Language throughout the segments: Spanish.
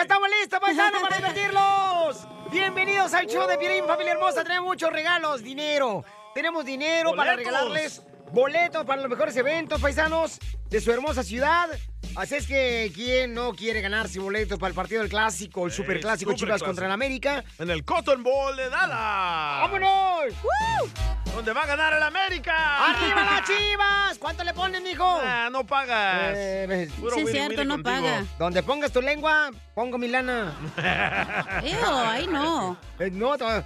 estamos listos, paisanos, para divertirlos. Bienvenidos al show de Pirín, familia hermosa. Tenemos muchos regalos, dinero. Tenemos dinero para Boletos. regalarles boletos para los mejores eventos, paisanos, de su hermosa ciudad. Así es que, ¿quién no quiere ganarse boletos para el partido del clásico, el superclásico Chivas superclásico. contra el América? En el Cotton Bowl ¿eh? de Dallas. ¡Vámonos! Donde va a ganar el América. ¡Arriba las chivas! ¿Cuánto le ponen, mijo? Ah, no pagas. Eh, Puro Sí, es cierto, wiri-wiri no contigo. paga. Donde pongas tu lengua, pongo mi lana. Eo, ay, no. Eh, no, to-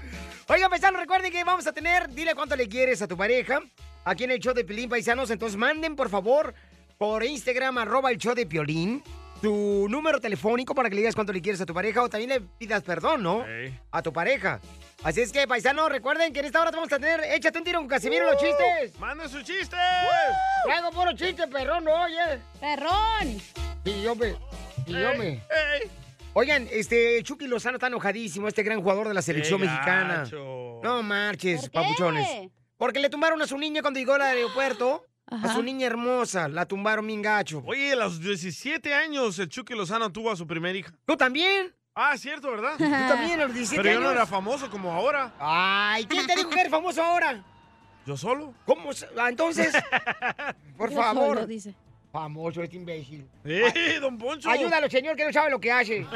Oigan, paisanos, recuerden que vamos a tener, dile cuánto le quieres a tu pareja. Aquí en el show de Piolín, paisanos. Entonces, manden, por favor, por Instagram, arroba el show de Piolín, tu número telefónico para que le digas cuánto le quieres a tu pareja o también le pidas perdón, ¿no? A tu pareja. Así es que, paisanos, recuerden que en esta hora te vamos a tener, échate un tiro con Casimiro los chistes. ¡Manda sus chistes! Traigo puro chiste, perrón, no, oye. Perrón. Y yo me, y yo me. Oigan, este, Chucky Lozano está enojadísimo, este gran jugador de la selección Qué mexicana. gacho. No marches, papuchones. Porque le tumbaron a su niña cuando llegó al Ah. aeropuerto. A su niña hermosa, la tumbaron bien gacho. Oye, a los 17 años el Chucky Lozano tuvo a su primera hija. ¿Tú también? Ah, cierto, ¿verdad? Tú también a los 17 Pero yo no años. era famoso como ahora. Ay, ¿quién te dijo que eres famoso ahora? ¿Yo solo? ¿Cómo? se- ah, Entonces, por Yo favor. solo, dice. Famoso este imbécil. ¡Eh, don Poncho! Ayúdalo, señor, que no sabe lo que hace.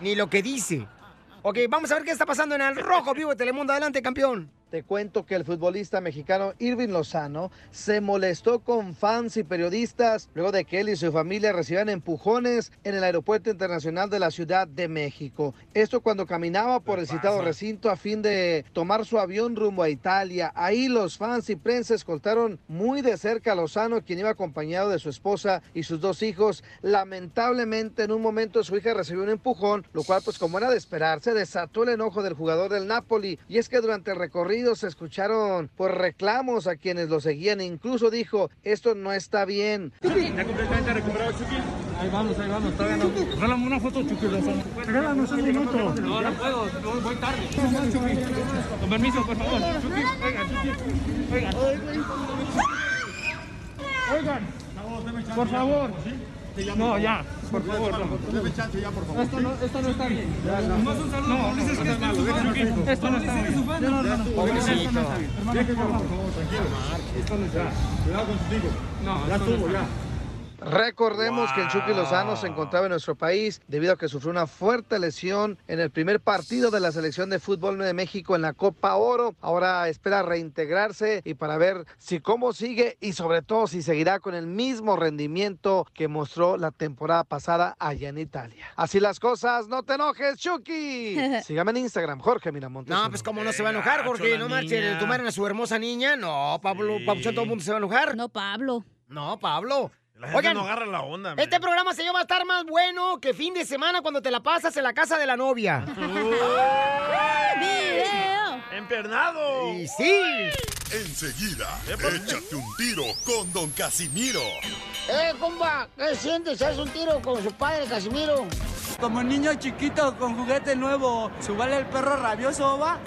Ni lo que dice. Ok, vamos a ver qué está pasando en el Rojo Vivo de Telemundo. Adelante, campeón. Te cuento que el futbolista mexicano Irving Lozano se molestó con fans y periodistas luego de que él y su familia recibían empujones en el Aeropuerto Internacional de la Ciudad de México. Esto cuando caminaba por el citado recinto a fin de tomar su avión rumbo a Italia. Ahí los fans y prensa escoltaron muy de cerca a Lozano, quien iba acompañado de su esposa y sus dos hijos. Lamentablemente, en un momento su hija recibió un empujón, lo cual, pues como era de esperar, se desató el enojo del jugador del Napoli. Y es que durante el recorrido se escucharon pues reclamos a quienes lo seguían. Incluso dijo, esto no está bien. ¿Ya completamente recuperado Chucky? Ahí vamos, ahí vamos, todavía no. Regálame una foto, Chucky Lozano. Regálanos un minuto. No, no puedo, voy- voy tarde. Con permiso, por favor. Chucky, oiga, Chucky. Oiga. Oigan, por favor. No, ya, por favor. Deme chance ya, por favor. Esto no, esto no está bien. No, es un saludo. No, dices que esto no está bien. Esto no está bien. No, no, no. Esto no está bien. Hermano, por favor, tranquilo. Esto no está bien. Cuidado con sus hijos. No, ya estuvo, ya. Recordemos que el Chucky Lozano se encontraba en nuestro país debido a que sufrió una fuerte lesión en el primer partido de la selección de fútbol de México en la Copa Oro. Ahora espera reintegrarse y para ver si cómo sigue y sobre todo si seguirá con el mismo rendimiento que mostró la temporada pasada allá en Italia. Así las cosas, no te enojes, Chucky. Sígame en Instagram, Jorge Miramontes. No, uno. pues cómo no se va a enojar, porque eh, gacho, no la marche, le niña. tomaron a su hermosa niña. No, Pablo, Sí. Papuchón, todo el mundo se va a enojar. No, No, Pablo. Pablo. La gente Oigan, no agarra la onda. man. este programa, señor, va a estar más bueno que fin de semana cuando te la pasas en la casa de la novia. Video. ¡Empernado! y sí. Enseguida, échate un tiro con Don Casimiro. Eh, compa, ¿qué sientes? ¿Haz un tiro con su padre, Casimiro? Como niño chiquito con juguete nuevo, ¿subale el perro rabioso, va?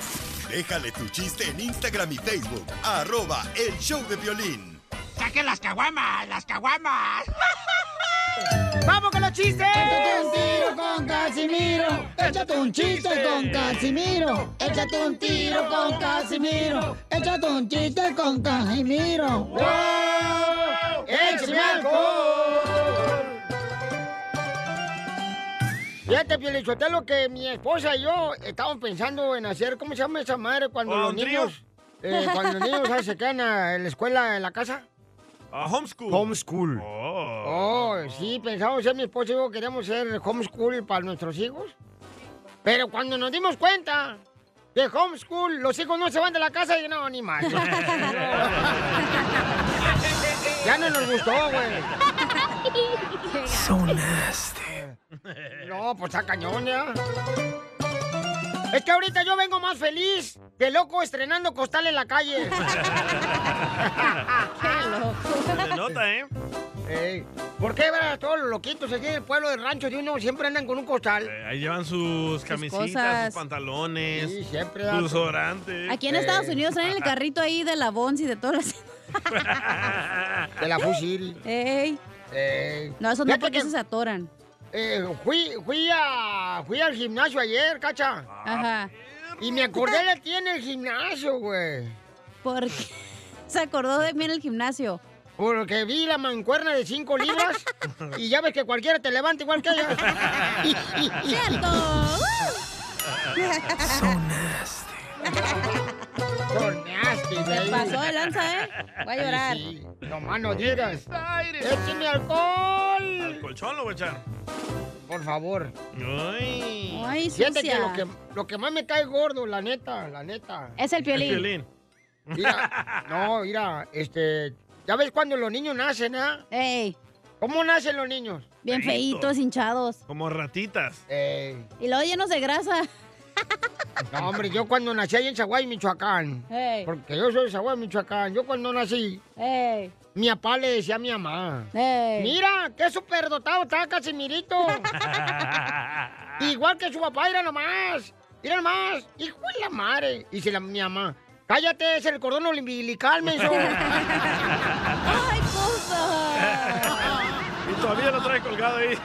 Déjale tu chiste en Instagram y Facebook. Arroba el show de violín. ¡Saquen las caguamas! ¡Las caguamas! ¡Vamos con los chistes! Échate un tiro con Casimiro. Échate un chiste con Casimiro. Échate un tiro con Casimiro. Échate un chiste con Casimiro. ¡Wow! ¡Échame alcohol! Fíjate, Pielichotelo, que mi esposa y yo estábamos pensando en hacer, ¿cómo se llama esa madre cuando Oh, los ¿Un trío? niños, eh, cuando los niños ¿sabes? se quedan ah, en la escuela, en la casa? A homeschool. Homeschool. Oh. Oh, sí, pensamos ser mi esposo y yo queríamos ser homeschool para nuestros hijos. Pero cuando nos dimos cuenta de homeschool, los hijos no se van de la casa y no, ni más. ya no nos gustó, güey. No, pues a cañón, ya. Es que ahorita yo vengo más feliz que loco estrenando costal en la calle. Se nota, ¿eh? Ey, ¿Por qué verás todos los loquitos aquí en el pueblo del rancho de uno siempre andan con un costal? Eh, Ahí llevan sus cosas. camisitas, sus pantalones, Sí, siempre. Eh, sus da- desodorantes. Aquí en Estados Unidos traen el carrito ahí de la Bonsi de todas las... De la fusil. Ey. Ey. No, eso no Fíjate porque que- se atoran. eh, fui, fui, a, fui al gimnasio ayer, cacha. Ajá. Y me acordé de ti en el gimnasio, güey. ¿Por qué? Se acordó de mí en el gimnasio. Porque vi la mancuerna de 5 libras y ya ves que cualquiera te levanta igual que ella. ¡Cierto! Son nasty, Se güey. pasó de lanza, ¿eh? Voy a llorar. Sí, nomás no digas. ¡Écheme alcohol! Al colchón lo voy a echar. Por favor. Ay. Ay, Fíjate que lo, sucia. que lo que más me cae gordo, la neta, la neta. Es el El piolín. violín. Mira, no, mira, este... Ya ves cuando los niños nacen, ¿ah? Ey, ¿Cómo nacen los niños? bien feitos, hinchados. Como ratitas. Eh, Y luego llenos de grasa. no, hombre, yo cuando nací ahí en Zaguay, Michoacán. Ey, Porque yo soy de Zaguay, Michoacán. Yo cuando nací, ey, mi papá le decía a mi mamá. ey. Mira, qué superdotado está Casimirito. Igual que su papá, era nomás. Mira nomás. Hijo de la madre. Dice la, mi mamá. Cállate, es el cordón umbilical, menso. ¡Ay, cosa! Y todavía lo trae colgado ahí.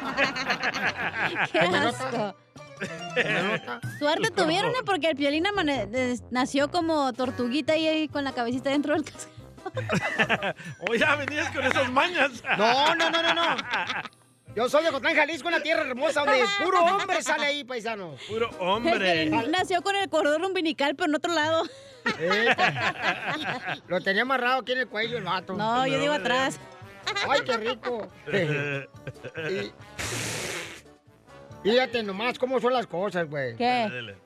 ¡Qué asco! pues, Suerte tuvieron, ¿eh? Porque el piolín amane- des- nació como tortuguita ahí, ahí con la cabecita dentro del casco. O ya venías con esas mañas. No, no, no, no, no. Yo soy de Cotán, Jalisco, una tierra hermosa donde puro hombre sale ahí, paisano. Puro El hombre. piolín nació con el cordón umbilical, pero en otro lado. Eh, lo tenía amarrado aquí en el cuello el vato. No, yo digo atrás. Ay, qué rico. Y- Fíjate nomás cómo son las cosas, güey. ¿Qué? Dele.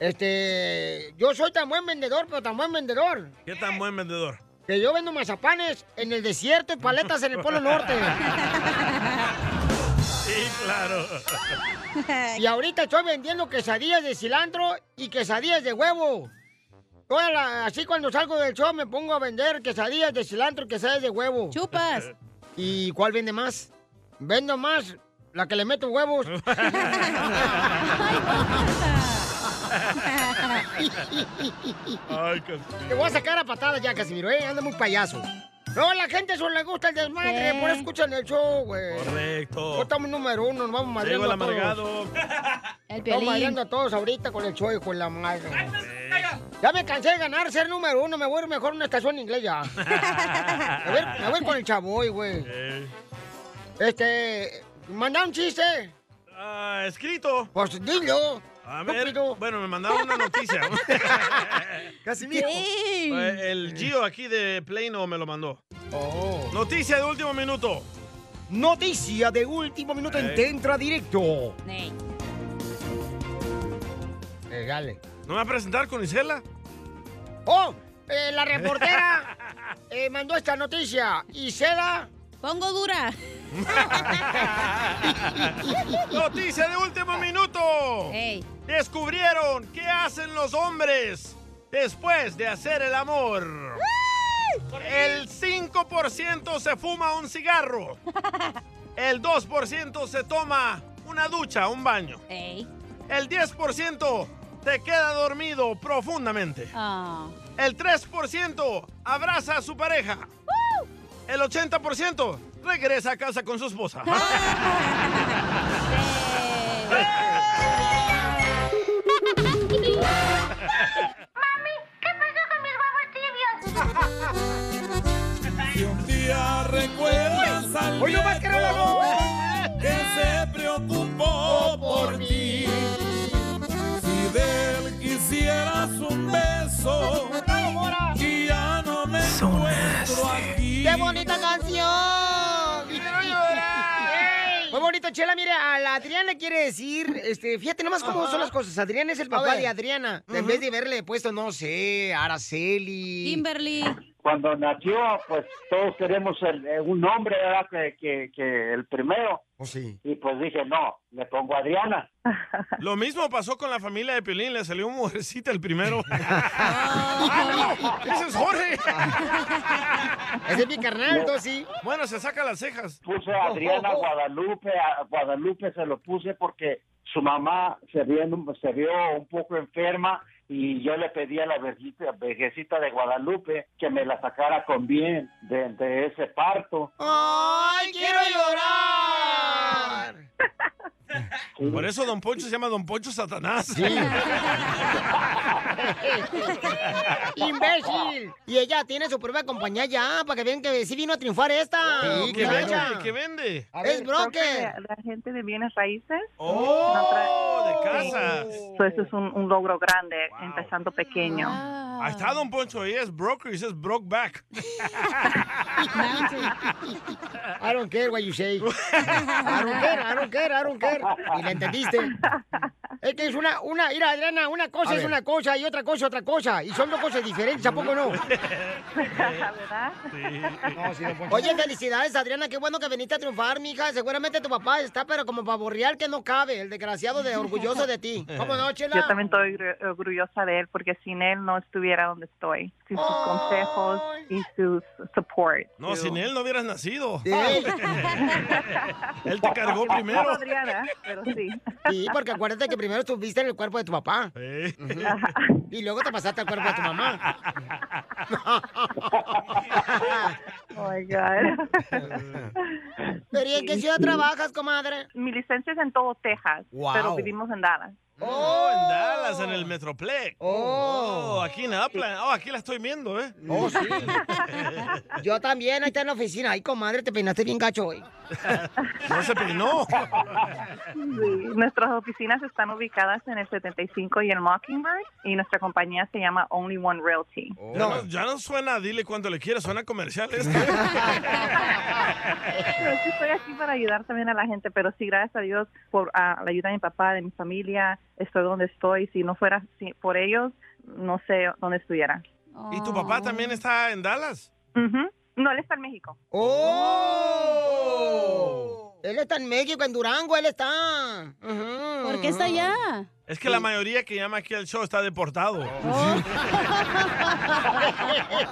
Este, yo soy tan buen vendedor, pero tan buen vendedor, ¿Qué tan buen vendedor? que yo vendo mazapanes en el desierto y paletas en el Polo Norte. Sí, claro. Y ahorita estoy vendiendo quesadillas de cilantro y quesadillas de huevo. Toda la- así cuando salgo del show me pongo a vender quesadillas de cilantro y quesadillas de huevo. Chupas. ¿Y cuál vende más? Vendo más la que le meto huevos. Ay, Te voy a sacar a patadas ya, Casimiro, ¿eh? Anda muy payaso. No, a la gente solo le gusta el desmadre, Sí. por eso escuchan el show, güey. No Correcto. estamos número uno, nos vamos Llegó madreando el a todos. El amargado. Estamos piolín. madreando a todos ahorita con el show y con la madre. Ya me cansé de ganar, ser número uno, me voy a ir mejor a una estación inglesa. A ver, a ver con el chavoy, güey. Eh, Este, manda un chiste. ah, escrito. Pues dilo. A ver, Estúpido. bueno, me mandaron una noticia. Casimiro. Sí. Eh, El Gio aquí de Plano me lo mandó. Oh. Noticia de último minuto. Noticia de último minuto en Ey. Te Entra Directo. Ey. Eh, dale. ¿No me va a presentar con Isela? ¡Oh! eh, la reportera eh, mandó esta noticia. Y Seda. Pongo dura. Noticia de último minuto. Ey. Descubrieron qué hacen los hombres después de hacer el amor. El 5% se fuma un cigarro. El 2% se toma una ducha, un baño. Ey. El 10% se queda dormido profundamente. Ah. El 3% abraza a su pareja. El 80% regresa a casa con su esposa. Ah. Ey. ¡Hoy no más que que se preocupó por ti. Si de él quisieras un beso, y ya no me encuentro aquí. ¡Qué bonita canción! ¡Quiero llorar! Muy bonito, Chela. Mire, a la Adriana quiere decir, este, fíjate nomás cómo son las cosas. Adrián es el papá de Adriana. En vez de haberle puesto, no sé, Araceli. Kimberly. cuando nació, pues todos queremos el- eh, un nombre, ¿verdad? Que, que, que el primero. Oh, sí. Y pues dije, no, le pongo Adriana. Lo mismo pasó con la familia de Piolín, le salió mujercita el primero. Ah, Oh. ¡Ese es Jorge! Ese es mi carnal, tú sí. Bueno, se saca las cejas. Puse a Oh, Adriana Guadalupe, a Guadalupe se lo puse porque su mamá se vio, en- se vio un poco enferma y yo le pedí a la vergita- Virgencita de Guadalupe que me la sacara con bien de, de ese parto. ¡Ay, quiero llorar! Por eso Don Poncho se llama Don Poncho Satanás. ¡Imbécil! Y ella tiene su propia compañía ya, para que vean que sí vino a triunfar Oh, esta. ¿Qué vende? ¿Qué vende? Es broker. La gente de bienes raíces. ¡Oh! De casas. So, eso es un, un logro grande, empezando pequeño. Ahí está Don Poncho, ella es broker y es broke back. I don't care what you say. I don't care, I don't care, I don't care. Y la entendiste. Es que es una, una, mira, Adriana, una cosa A es ver. una cosa y otra cosa otra cosa. Y son dos cosas diferentes, ¿a poco no? ¿Verdad? Oye, felicidades, Adriana, qué bueno que viniste a triunfar, mija. Seguramente tu papá está, pero como para borrear que no cabe, el desgraciado de orgulloso de ti. ¿Cómo no, Chela? Yo también estoy orgu- orgullosa de él porque sin él no estuviera donde estoy. Sin sus consejos y su support. No, su- sin él no hubieras nacido. Ey. él te cargó primero. pero sí. Sí, porque acuérdate que primero estuviste en el cuerpo de tu papá. Ujú. Y luego te pasaste al cuerpo de tu mamá. Oh my God. Pero ¿y en qué ciudad trabajas, comadre? Mi licencia es en todo Texas, Wow. pero vivimos en Dallas. Oh, en Dallas, en el Metroplex. Oh. Oh, aquí en Upland. Oh, aquí la estoy viendo, ¿eh? Oh, sí. Yo también, ahí está en la oficina. Ay, comadre, te peinaste bien gacho hoy. No se peinó. Sí. Nuestras oficinas están ubicadas en el 75 y el Mockingbird y nuestra compañía se llama Only One Realty. Ya, Oh. no, ya no suena, dile cuánto le quieres, suena comercial esto. Pero sí estoy aquí para ayudar también a la gente, pero sí, gracias a Dios por ah, la ayuda de mi papá, de mi familia, estoy donde estoy. Si no fuera si- por ellos, no sé dónde estuviera. ¿Y tu papá también está en Dallas? Ujú. No, él está en México. ¡Oh! Él está en México, en Durango, él está. ¿Por qué está allá? Es que la mayoría que llama aquí al show está deportado. Oh.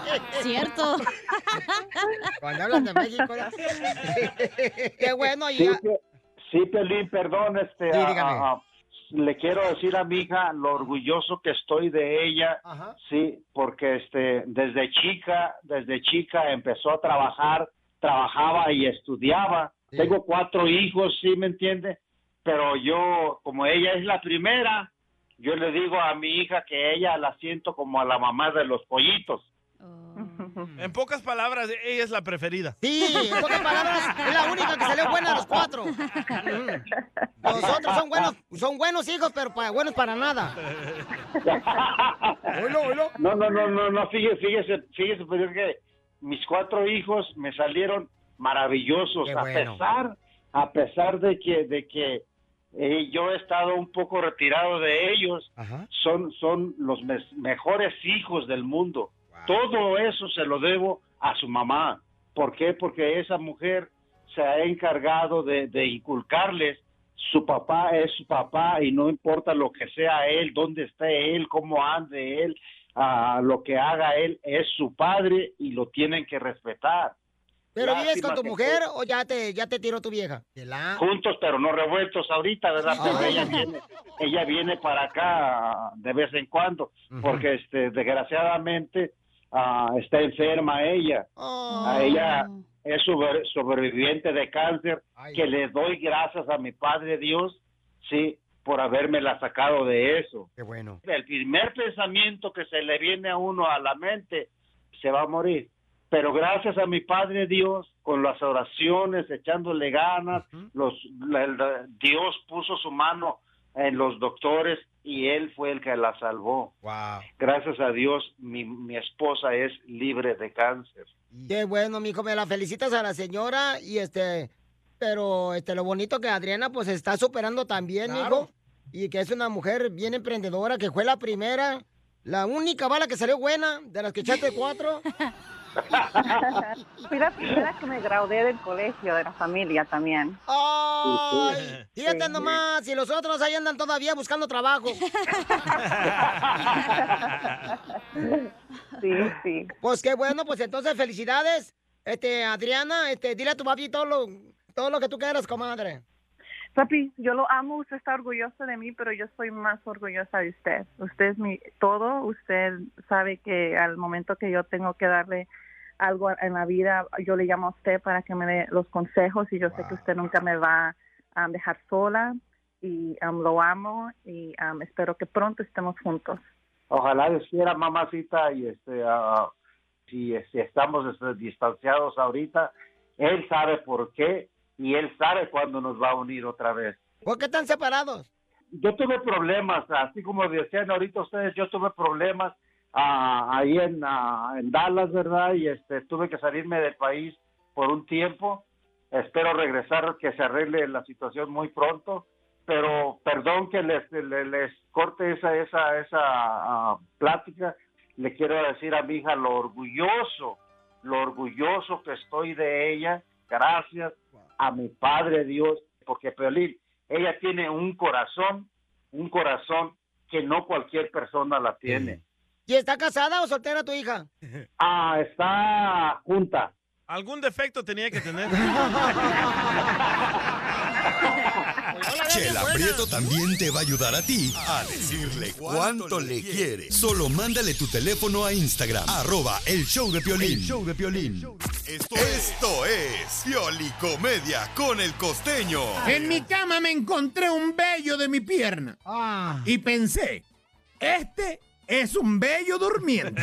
Pues Cierto. Cuando hablas de México, ya- qué bueno. Sí, Y ya- Pe- sí, Pelín, perdón, este, Sí, a- dígame. a- a- le quiero decir a mi hija lo orgulloso que estoy de ella, sí, porque este, desde chica, desde chica empezó a trabajar, trabajaba y estudiaba. Tengo cuatro hijos, sí, ¿me entiende? Pero yo, como ella es la primera, yo le digo a mi hija que ella la siento como a la mamá de los pollitos. En pocas palabras, ella es la preferida. Oh. Sí, en pocas palabras, es la única que salió buena de los cuatro. Mm. Los otros son buenos, son buenos hijos, pero pa- buenos para nada. Oilo, oilo. No, no, no, no, no, fíjese, fíjese, fíjese, pues es que mis cuatro hijos me salieron maravillosos, Qué a bueno. pesar, a pesar de que, de que eh, yo he estado un poco retirado de ellos, son, son los mes- mejores hijos del mundo. Todo eso se lo debo a su mamá. ¿Por qué? Porque esa mujer se ha encargado de, de inculcarles su papá es su papá y no importa lo que sea él, dónde esté él, cómo ande él, a lo que haga él, es su padre y lo tienen que respetar. ¿Pero vives Lástima con tu que mujer o ya te, ya te tiró tu vieja? Juntos pero no revueltos ahorita, ¿verdad? Pero Ay. ella viene, ella viene para acá de vez en cuando, porque este, desgraciadamente ah, está enferma ella. Oh. A ella es sobre- sobreviviente de cáncer, que le doy gracias a mi Padre Dios, sí, por habérmela sacado de eso. Qué bueno. El primer pensamiento que se le viene a uno a la mente, se va a morir. Pero gracias a mi Padre Dios, con las oraciones, echándole ganas, los, la- la- Dios puso su mano en los doctores y Él fue el que la salvó. Gracias a Dios, mi, mi esposa es libre de cáncer. Qué bueno, mijo, me la felicitas a la señora y este, pero este, lo bonito que Adriana pues está superando también, mijo, y que es una mujer bien emprendedora, que fue la primera, la única bala que salió buena, de las que echaste cuatro. Fui la primera que me gradué del colegio, de la familia también. ¡Ay! Fíjate Sí. nomás, y los otros ahí andan todavía buscando trabajo. Sí, sí. Pues qué bueno, pues entonces felicidades, este, Adriana, este, dile a tu papi todo lo, todo lo que tú quieras, comadre. Papi, yo lo amo, usted está orgulloso de mí, pero yo soy más orgullosa de usted. Usted es mi todo, usted sabe que al momento que yo tengo que darle algo en la vida, yo le llamo a usted para que me dé los consejos y yo sé que usted nunca me va a dejar sola. y um, lo amo y um, espero que pronto estemos juntos. Ojalá Dios quiera, mamacita, y este, ah, si, si estamos este, distanciados ahorita, él sabe por qué y él sabe cuándo nos va a unir otra vez. ¿Por qué están separados? Yo tuve problemas, así como decían ahorita ustedes, yo tuve problemas ah, ahí en, ah, en Dallas, ¿verdad? Y este, tuve que salirme del país por un tiempo. Espero regresar, que se arregle la situación muy pronto. Pero pues, perdón que les, les, les corte esa, esa, esa ah, plática. Le quiero decir a mi hija lo orgulloso, lo orgulloso que estoy de ella. Gracias a mi Padre Dios, porque Peolín, ella tiene un corazón, un corazón que no cualquier persona la tiene. ¿Y está casada o soltera tu hija? Ah, está junta. Algún defecto tenía que tener. Chela Prieto también te va a ayudar a ti a decirle cuánto le quiere. Solo mándale tu teléfono a Instagram, arroba el show de Piolín. El show de Esto, Esto es Piolicomedia con el costeño. En mi cama me encontré un vello de mi pierna. Ah. Y pensé, este es un vello durmiendo.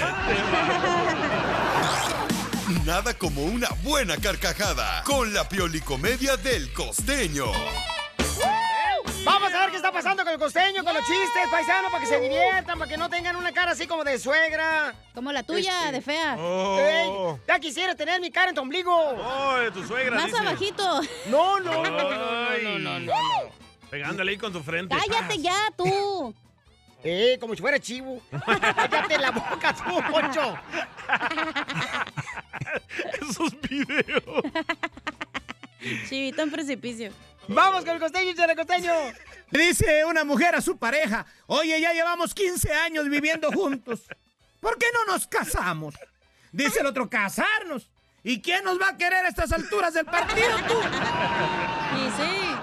Nada como una buena carcajada con la Piolicomedia del costeño. Vamos a ver qué está pasando con el costeño, con los chistes, paisanos, para que se diviertan, para que no tengan una cara así como de suegra. Como la tuya, de fea. Este. Ey, ya quisiera tener mi cara en tu ombligo. Oh, de tu suegra. Más dice. abajito. No, no, no, Ay. Pegándole ahí con tu frente. Cállate ya, tú. Eh, como si fuera chivo. Cállate la boca tú, Poncho. Esos videos. Chivito en precipicio. Vamos con el costeño, chale costeño. Le dice una mujer a su pareja, oye, ya llevamos 15 años viviendo juntos. ¿Por qué no nos casamos? Dice el otro, casarnos. ¿Y quién nos va a querer a estas alturas del partido tú? Y sí.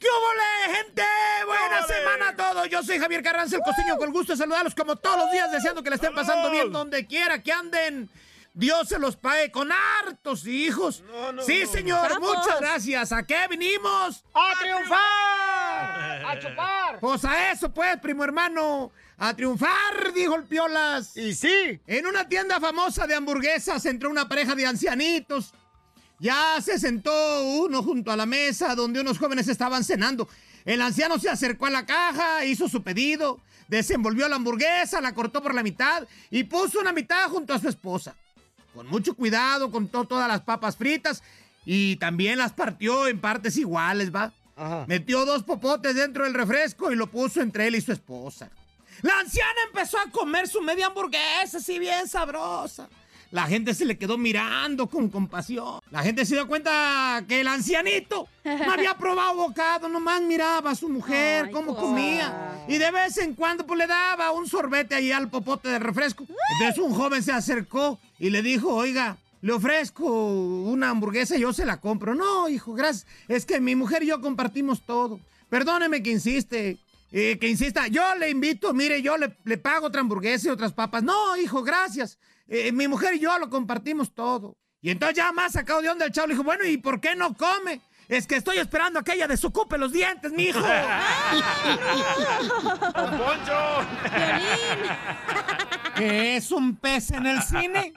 ¡Qué hubo, le, gente! ¡Buena semana a todos! Yo soy Javier Carranza, el costeño, con el gusto de saludarlos como todos los días, deseando que la estén pasando bien donde quiera que anden. Dios se los pague con hartos hijos. no, sí, no. señor, Vamos. muchas gracias. ¿A qué vinimos? ¡A triunfar! ¡A chupar! Pues a eso, pues, primo hermano. A triunfar, dijo el Piolas. Y sí. En una tienda famosa de hamburguesas entró una pareja de ancianitos. Ya se sentó uno junto a la mesa donde unos jóvenes estaban cenando. El anciano se acercó a la caja, hizo su pedido, desenvolvió la hamburguesa, la cortó por la mitad y puso una mitad junto a su esposa. Con mucho cuidado contó todas las papas fritas y también las partió en partes iguales, ¿va? Metió dos popotes dentro del refresco y lo puso entre él y su esposa. La anciana empezó a comer su media hamburguesa, así bien sabrosa. La gente se le quedó mirando con compasión. La gente se dio cuenta que el ancianito no había probado bocado, nomás miraba a su mujer cómo comía. Y de vez en cuando pues, le daba un sorbete ahí al popote de refresco. Entonces un joven se acercó y le dijo, oiga, le ofrezco una hamburguesa y yo se la compro. No, hijo, gracias. Es que mi mujer y yo compartimos todo. Perdóneme que insiste, eh, que insista. Yo le invito, mire, yo le, le pago otra hamburguesa y otras papas. No, hijo, gracias. Eh, mi mujer y yo lo compartimos todo. Y entonces ya más sacado de onda el chavo le dijo, bueno, ¿y por qué no come? Es que estoy esperando a que ella desocupe los dientes, mi hijo. ¡Don Poncho! ¿Qué es un pez en el cine?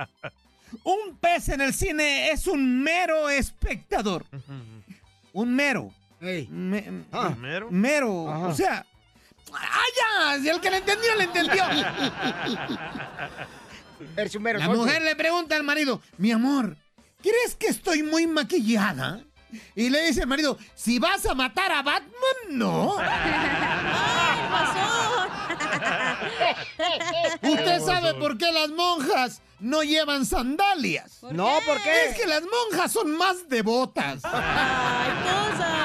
Un pez en el cine es un mero espectador. Un mero. Me- Ah. ah. ¿Mero? Mero. O sea. ¡Ah, ya! Si el que le entendió, le entendió. El sumero, La soy mujer le pregunta al marido, mi amor, ¿crees que estoy muy maquillada? Y le dice el marido, si vas a matar a Batman, no. ¿Usted sabe por qué las monjas no llevan sandalias? tú. No, ¿por qué? Es que las monjas son más devotas. Ay, cosa.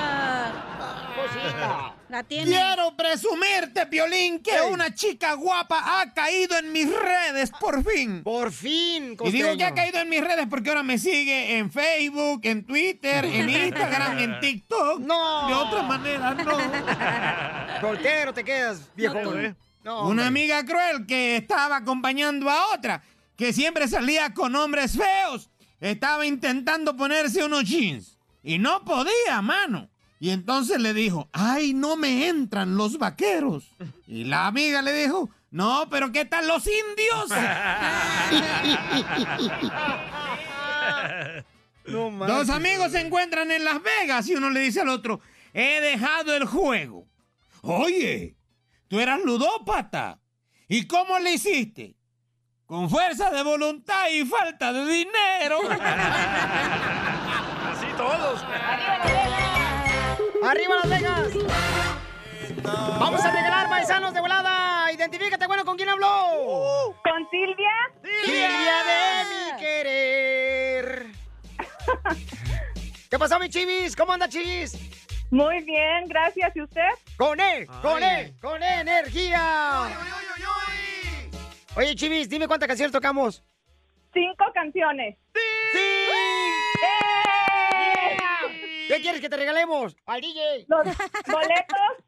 La tiene. Quiero presumirte, Piolín, que una chica guapa ha caído en mis redes por fin. Por fin, Y costeño. digo que ha caído en mis redes porque ahora me sigue en Facebook, en Twitter, en Instagram, en TikTok. No. De otra manera, no. Soltero te quedas, viejo. No, No, güey. Una hombre. amiga cruel que estaba acompañando a otra, que siempre salía con hombres feos, estaba intentando ponerse unos jeans. Y no podía, mano. Y entonces le dijo, ay, no me entran los vaqueros. Y la amiga le dijo, no, pero ¿qué tal los indios? Dos amigos se encuentran en Las Vegas y uno le dice al otro, he dejado el juego. Oye, tú eras ludópata. ¿Y cómo le hiciste? Con fuerza de voluntad y falta de dinero. Así todos. ¡Arriba Las Vegas! Vamos a regalar paisanos de volada. Identifícate, bueno, ¿con quién habló? ¿Con Silvia? Silvia de mi querer. ¿Qué pasó, mi chivis? ¿Cómo anda, chivis? Muy bien, gracias. ¿Y usted? Con él, con Ay. él, con él, energía. Oye, chivis, dime cuántas canciones tocamos. Cinco canciones. ¿Qué quieres que te regalemos? Al DJ. Los boletos,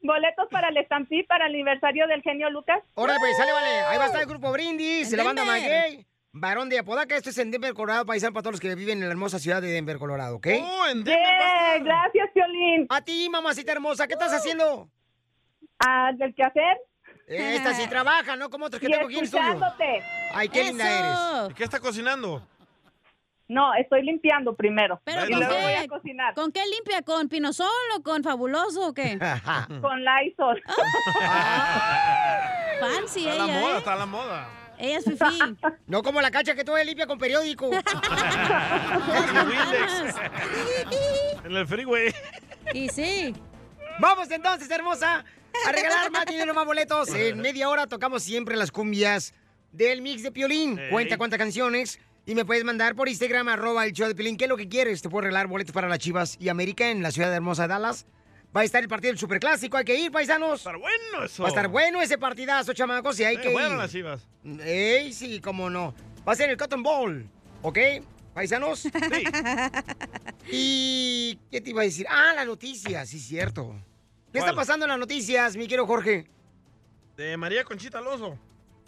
boletos para el estampí, para el aniversario del genio Lucas. Órale, pues, sale, vale. Ahí va a estar el grupo Brindis, En la banda Denver. Maguey, Varón de Apodaca. Esto es en Denver, Colorado, paisano para todos los que viven en la hermosa ciudad de Denver, Colorado, ¿ok? ¡Oh, en Denver, Yeah, gracias, Piolín. A ti, mamacita hermosa, ¿qué estás haciendo? Ah, del quehacer. Esta sí trabaja, ¿no? Como otros que Y tengo aquí en el estudio. escuchándote. Ay, qué linda eres. ¿Y ¿Qué está cocinando? No, estoy limpiando primero. ¿Pero Y con luego voy qué, a cocinar. con qué limpia? ¿Con pinosol o con fabuloso o qué? Con Lysol. Fancy Está a la ella, moda, ¿eh? está a la moda. Ella es fifí. No como la cacha que todavía limpia con periódico. En el freeway. y sí. Vamos entonces, hermosa, a regalar más dinero, más boletos. En media hora tocamos siempre las cumbias del mix de Piolín. Ey. Cuenta cuántas canciones. Y me puedes mandar por Instagram, arroba el show de Piolín. ¿Qué es lo que quieres? Te puedo regalar boletos para las Chivas y América en la ciudad de hermosa Dallas. Va a estar el partido del Superclásico. Hay que ir, paisanos. Va a estar bueno eso. Va a estar bueno ese partidazo, chamacos. Y hay Eh, que bueno, ir. las chivas. Ey, sí, cómo no. Va a ser el Cotton Bowl, ¿ok? Paisanos. Y qué te iba a decir. Ah, la noticia, sí, cierto. ¿Qué ¿Cuál? está pasando en las noticias, mi querido Jorge? De María Conchita Alonso.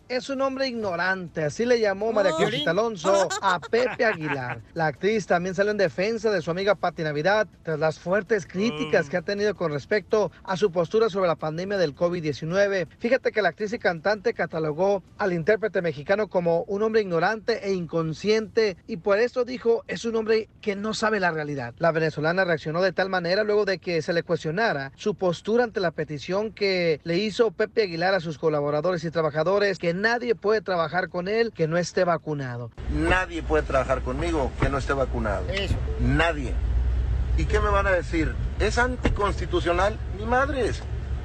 Es un hombre ignorante, así le llamó María Oh. Conchita Alonso a Pepe Aguilar. La actriz también salió en defensa de su amiga Pati Navidad tras las fuertes críticas que ha tenido con respecto a su postura sobre la pandemia del COVID-19. Fíjate que la actriz y cantante catalogó al intérprete mexicano como un hombre ignorante e inconsciente y por eso dijo es un hombre que no sabe la realidad. La venezolana reaccionó de tal manera luego de que se le cuestionara su postura ante la petición que le hizo Pepe Aguilar a sus colaboradores y trabajadores que nadie puede trabajar con él que no esté vacunado. Nadie puede trabajar conmigo que no esté vacunado. Eso. Nadie. ¿Y qué me van a decir? ¿Es anticonstitucional? Mi madre es.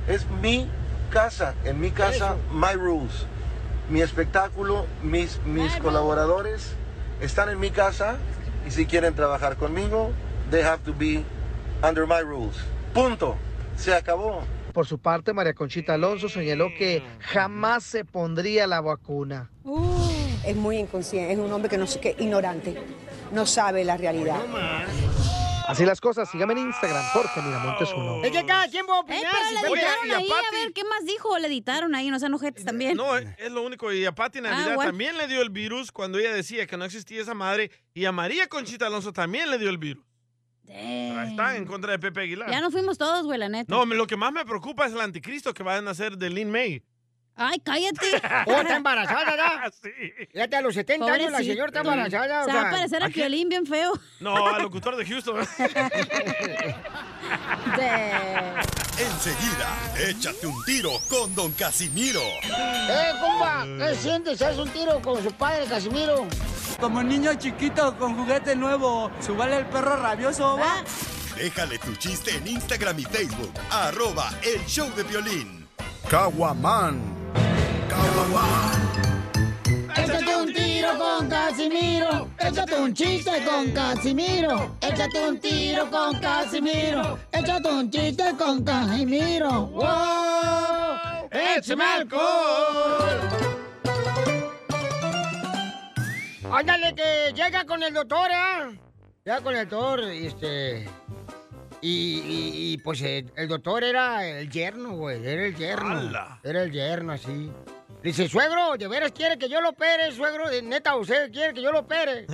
Es mi casa. En mi casa, my rules. Mi espectáculo, mis, mis colaboradores están en mi casa y si quieren trabajar conmigo, they have to be under my rules. Punto. Se acabó. Por su parte, María Conchita Alonso señaló que jamás se pondría la vacuna. Es muy inconsciente, es un hombre que no sé qué, ignorante, no sabe la realidad. Así las cosas, síganme en Instagram, Jorge Miramontes uno. Es que cada quien va a Ey, opinar. Eh, pero si le puede. editaron ahí, a ver, ¿qué más dijo? Le editaron ahí, no sean Eh, ojetes también. No, es es lo único. Y a Pati Navidad Ah, bueno. también le dio el virus cuando ella decía que no existía esa madre. Y a María Conchita Alonso también le dio el virus. Ahí está, en contra de Pepe Aguilar. Ya no fuimos todos, güey, la neta. No, me- lo que más me preocupa es el anticristo que van a hacer de Lin May. Ay, cállate. Oh, está embarazada, ¿da? Fíjate, a los 70 años la Pobrecito. señora está embarazada. o Se va a sea, parecer a ¿a quién? Piolín bien feo. No, al locutor de Houston. Enseguida, échate un tiro con Don Casimiro. ¡Eh, compa! ¿Qué sientes? ¿Haz un tiro con su padre, Casimiro? Como niño chiquito con juguete nuevo, subale el perro rabioso, Ah. va. Déjale tu chiste en Instagram y Facebook. Arroba el show de violín. Caguaman. Échate un tiro con Casimiro. Échate un chiste con Casimiro. Échate un tiro con Casimiro. Échate un chiste con Casimiro. ¡Wow! ¡Échame alcohol! Ándale, que llega con el doctor, ¿ah? ¿eh? Llega con el doctor, este. Y, y- y, pues eh, el, doctor era el yerno, güey. Era el yerno. ¡Hala! Era el yerno, así. Le dice, suegro, ¿de veras quiere que yo lo opere, suegro? De neta, ¿usted quiere que yo lo opere?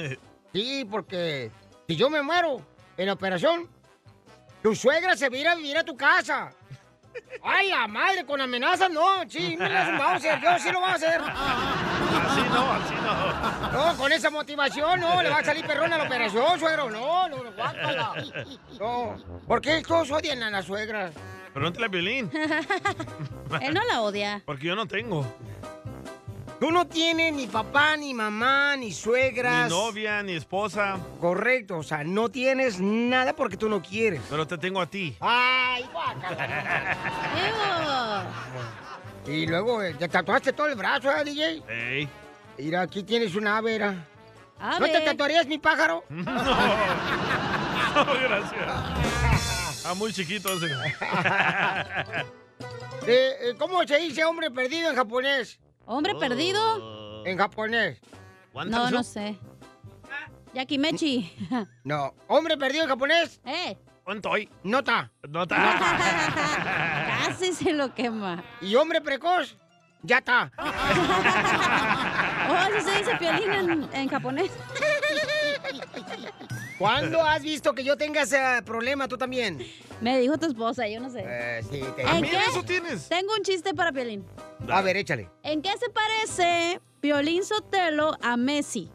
sí, porque si yo me muero en la operación, Tu suegra se viene a vivir a tu casa. ¡Ay, la madre! Con amenazas no, sí, mira, vamos a hacer, yo sí lo voy a hacer. Así no, así no. No, con esa motivación no, le va a salir perrón a la operación, suegro, no, no, no, guácala. No, ¿por qué todos odian a la suegra? Pregúntale a Piolín. Él no la odia. Porque yo no tengo. Tú no tienes ni papá, ni mamá, ni suegras. Ni novia, ni esposa. Correcto, o sea, no tienes nada porque tú no quieres. Pero te tengo a ti. ¡Ay, guácala! Ew. y luego, eh, ¿te tatuaste todo el brazo, eh, DJ? Ey. Mira, aquí tienes una avera. ¿No te tatuarías mi pájaro? No. No, gracias. Está muy chiquito ese. Eh, eh, ¿Cómo se dice hombre perdido en japonés? ¿Hombre Oh. perdido? En japonés. No, no sé. Yakimechi. No. ¿Hombre perdido en japonés? Eh. ¿Cuántoy? Nota. Nota. Casi se lo quema. ¿Y hombre precoz? Ya está. Oh, eso se dice piolín en, en japonés. ¿Cuándo has visto que yo tenga ese problema tú también? Me dijo tu esposa, yo no sé. Eh, sí, te ¿En Mira, eso tienes. Tengo un chiste para Piolín. A ver, échale. ¿En qué se parece Piolín Sotelo a Messi?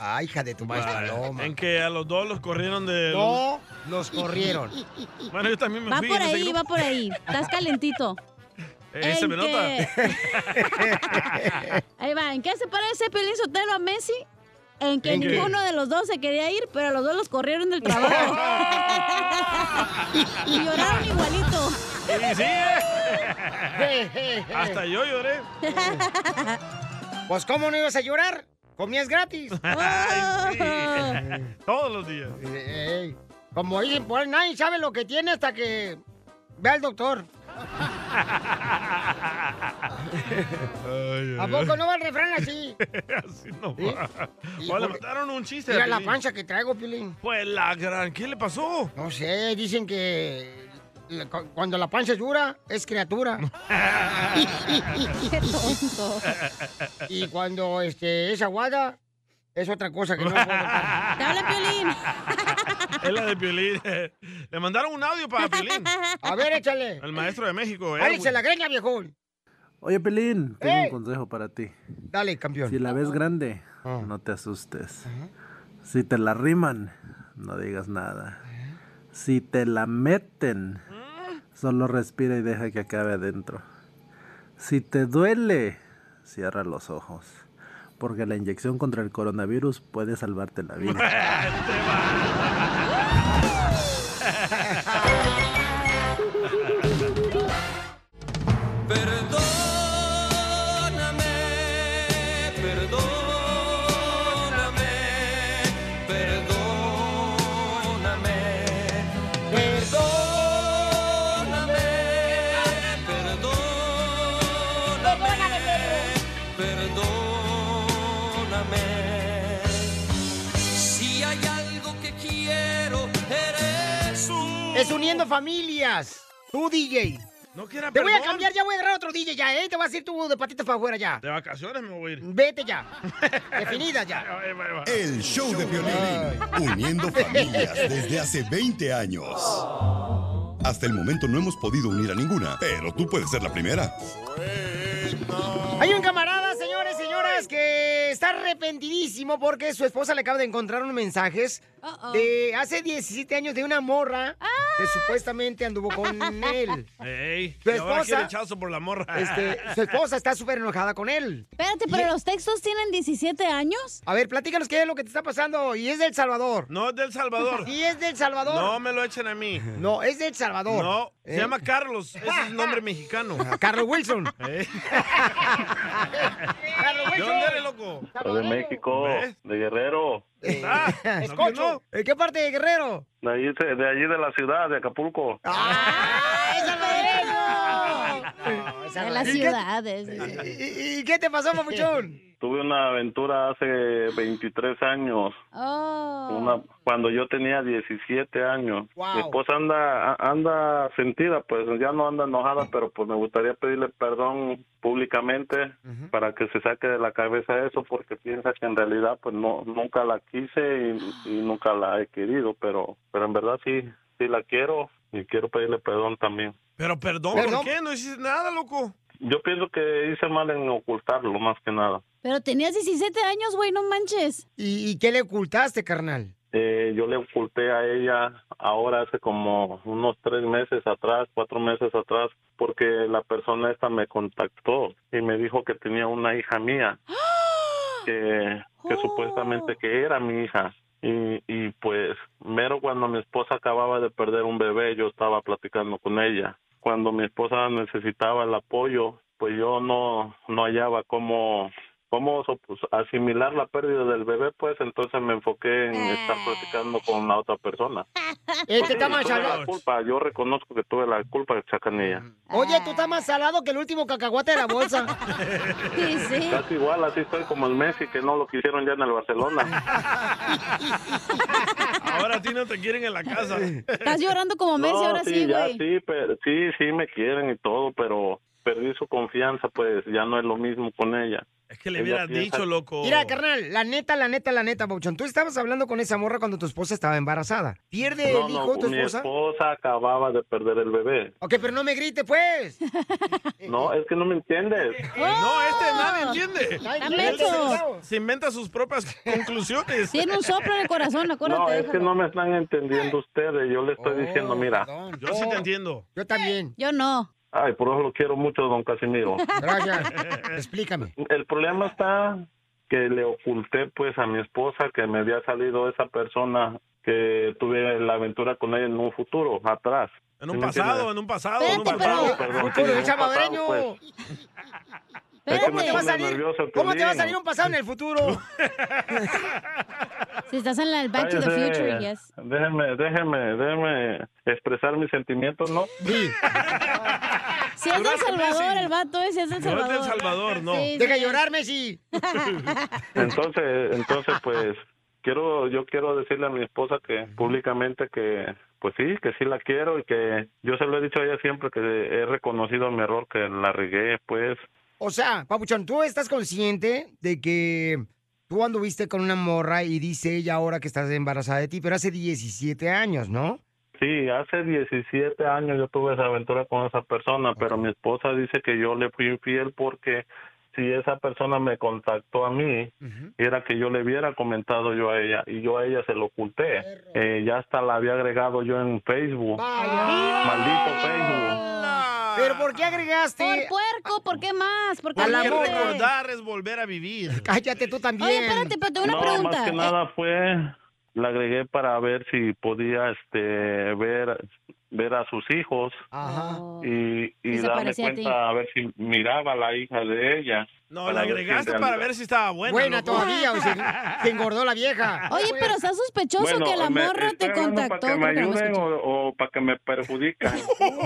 Ay, hija de tu maestra Loma. En que a los dos los corrieron de... No, los corrieron. Bueno, yo también me Va fui. por en ese ahí, grupo. va por ahí. Estás calentito. Eh, se ¿En me qué? nota. Ahí va. ¿En qué se parece Piolín Sotelo a Messi? En que ¿En qué? ninguno de los dos se quería ir, pero los dos los corrieron del trabajo. y lloraron igualito. Y sí, ¿eh? Hasta yo lloré. Pues, ¿cómo no ibas a llorar? Comías gratis. Ay, sí. Todos los días. Ey, como dicen, pues nadie sabe lo que tiene hasta que ve al doctor. ¿A poco no va el refrán así? Así no va. Sí, O le porque- mandaron un chiste. Mira a la Piolín. pancha que traigo, Pilín. Pues la gran, ¿qué le pasó? No sé, dicen que la- cu- cuando la pancha es dura, es criatura. Qué tonto. Y cuando este, es aguada, es otra cosa que no puedo- Te habla Piolín. Es la de Piolín. Le mandaron un audio para Piolín. A ver, échale. El maestro de México, ¿eh? Álice la greña, viejón. Oye, Pelín, tengo ¡Ey! un consejo para ti. Dale, campeón. Ah. Si la ves grande, no te asustes. Si te la riman, no digas nada. Si te la meten, Ah. solo respira y deja que acabe adentro. Si te duele, cierra los ojos. Porque la inyección contra el coronavirus puede salvarte la vida. Perdóname, perdóname, perdóname, perdóname, perdóname. Si hay algo que quiero, eres un... Es uniendo familias. Tú, DJ. No quiera Te voy a Ah, perdón. cambiar, ya voy a agarrar otro DJ ya, ¿eh? Te voy a decir tú de patitas para afuera ya. De vacaciones me voy a ir. Vete ya. Definida ya. El show de Piolín, uniendo familias desde hace 20 años. Hasta el momento no hemos podido unir a ninguna, pero tú puedes ser la primera. Hay un camarada, señores, señoras, que está arrepentidísimo porque su esposa le acaba de encontrar unos mensajes Uh-oh. Ah. de hace 17 años de una morra que supuestamente anduvo con él. Ey, Tu y ahora esposa- quiere chazo por la morra. Este, su esposa está súper enojada con él. Espérate, pero los textos tienen 17 años. A ver, platícanos qué es lo que te está pasando. Y es del Salvador. No, es del Salvador. Y es del Salvador. No me lo echen a mí. No, es de El Salvador. No, se Eh. llama Carlos. Ese es el nombre mexicano. Carlos Wilson. ¿Eh? Carlos ¿De dónde eres, loco? Soy de México, de Guerrero, Ah, Escocho. ¿En qué parte de Guerrero? de allí, de allí de la ciudad, de Acapulco. De las ¿Y qué- ciudades. ¿Y, y- y qué te pasó, papuchón? Tuve una aventura hace 23 años, Oh. una, cuando yo tenía 17 años. Wow. Mi esposa anda, a- anda sentida, pues ya no anda enojada, pero pues me gustaría pedirle perdón públicamente para que se saque de la cabeza eso, porque piensa que en realidad pues no nunca la quise y, y nunca la he querido, pero pero en verdad sí sí la quiero y quiero pedirle perdón también. Pero perdón, ¿por qué? No hiciste nada, loco. Yo pienso que hice mal en ocultarlo, más que nada. Pero tenías 17 años, güey, no manches. ¿Y, qué le ocultaste, carnal? Eh, yo le oculté a ella ahora hace como unos tres meses atrás, cuatro meses atrás, porque la persona esta me contactó y me dijo que tenía una hija mía, que, que supuestamente que era mi hija. Y, y pues, mero cuando mi esposa acababa de perder un bebé, yo estaba platicando con ella. Cuando mi esposa necesitaba el apoyo, pues yo no, no hallaba cómo, cómo so- pues, asimilar la pérdida del bebé, pues entonces me enfoqué en estar platicando con la otra persona. Este está Yo más tuve la salado. culpa, yo reconozco que tuve la culpa, chacanilla. Oye, Ah. tú estás más salado que el último cacahuate de la bolsa. Sí, sí. Casi igual, así estoy como el Messi, que no lo quisieron ya en el Barcelona. Ahora a ti no te quieren en la casa. Estás llorando como Messi No, ahora sí, ya, güey. sí, pero, sí, sí me quieren y todo, pero perdí su confianza, pues ya no es lo mismo con ella. Es Que le hubieras dicho, loco. Mira, carnal, la neta, la neta, la neta, Bauchón. Tú estabas hablando con esa morra cuando tu esposa estaba embarazada. ¿Pierde No, el no, hijo tu mi esposa? esposa acababa de perder el bebé. Ok, pero no me grite, pues. No, es que no me entiendes. Oh. No, este nadie entiende. Está Él menso. se- Se inventa sus propias conclusiones. Tiene un soplo en el corazón, acuérdate. No, es que déjalo. Oh, no me están entendiendo ustedes. Yo le estoy diciendo, mira. Yo sí te entiendo. Yo también. Yo no. Ay, por eso lo quiero mucho, don Casimiro. Gracias. Explícame. El problema está que le oculté pues a mi esposa que me había salido esa persona que tuve la aventura con ella en un futuro, atrás. En un ¿Sí me pasado, entiendes? en un pasado. En en un un pasado, pasado. perdón, Futuro, sí, en un es salvadoreño. pasado, pues. Es que ¿Cómo me te va a pone salir? nervioso el ¿Cómo te va a Piolín. salir un pasado en el futuro? Si estás en la, el Back to the Cállese. Future, yes. Déjeme, déjeme, déjeme expresar mis sentimientos, ¿no? Si es del Lloraste, Salvador, Messi. el vato ese es del No es del Salvador. Salvador, no. Deja llorar, Messi. Entonces, entonces pues quiero yo quiero decirle a mi esposa que públicamente que pues sí, que sí la quiero y que yo se lo he dicho a ella siempre que he reconocido mi error, que la regué, pues O sea, Papuchón, ¿tú estás consciente de que tú anduviste con una morra y dice ella ahora que estás embarazada de ti, pero hace 17 años, ¿no? Sí, hace 17 años yo tuve esa aventura con esa persona, pero mi esposa dice que yo le fui infiel porque si esa persona me contactó a mí, era que yo le hubiera comentado yo a ella y yo a ella se lo oculté. Eh, ya hasta la había agregado yo en Facebook. Maldito Facebook. ¿Pero por qué agregaste? Por puerco, ¿por qué más? ¿Por qué A la más? recordar es volver a vivir. Cállate tú también. Oye, espérate, pero tengo una no, pregunta. eh. más que nada fue la agregué para ver si podía este ver ver a sus hijos Oh. y, y Y se darme parecía a ti. cuenta a, ver si miraba a la hija de ella. No, para la ver si en agregaste para realidad- ver si estaba buena. Buena loco. todavía, o sea, se engordó la vieja. Oye, pero está sospechoso Bueno, que la me- morra estoy te hablando contactó. ¿Para que creo me que no me ayuden escuchó. o, o para que me perjudican?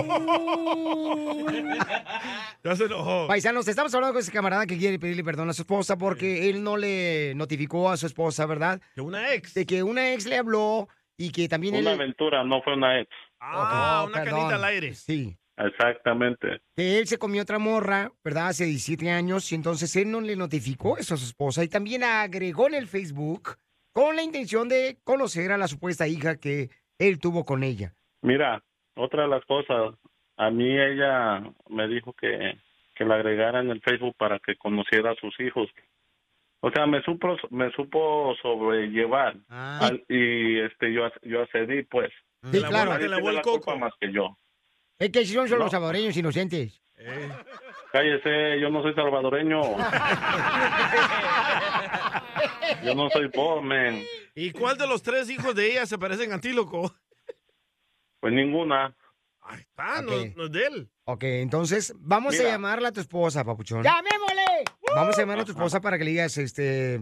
Ya se enojó. Paisanos, estamos hablando con ese camarada que quiere pedirle perdón a su esposa porque él no le notificó a su esposa, ¿verdad? De una ex. De que una ex le habló y que también una él... aventura, no fue una ex. Ah, una canita al aire. Sí. Exactamente. Que él se comió otra morra, ¿verdad? Hace 17 años y entonces él no le notificó eso a su esposa y también la agregó en el Facebook con la intención de conocer a la supuesta hija que él tuvo con ella. Mira, otra de las cosas, a mí ella me dijo que, que la agregara en el Facebook para que conociera a sus hijos. O sea, me supo, me supo sobrellevar Al- y este yo yo accedí, pues. Ah. Sí, Te claro. lavó- Nadie te lavó tiene el la culpa más que yo. Es que son solo No. los salvadoreños inocentes. Cállese, yo no soy salvadoreño. yo no soy vos, men. ¿Y cuál de los tres hijos de ella se parecen a ti, loco? Pues ninguna. Ah, no- Ok. no, es de él. Ok, entonces vamos a Mira. llamarla a tu esposa, papuchón. ¡Llamémosle! Vamos a llamar a tu esposa para que le digas, este,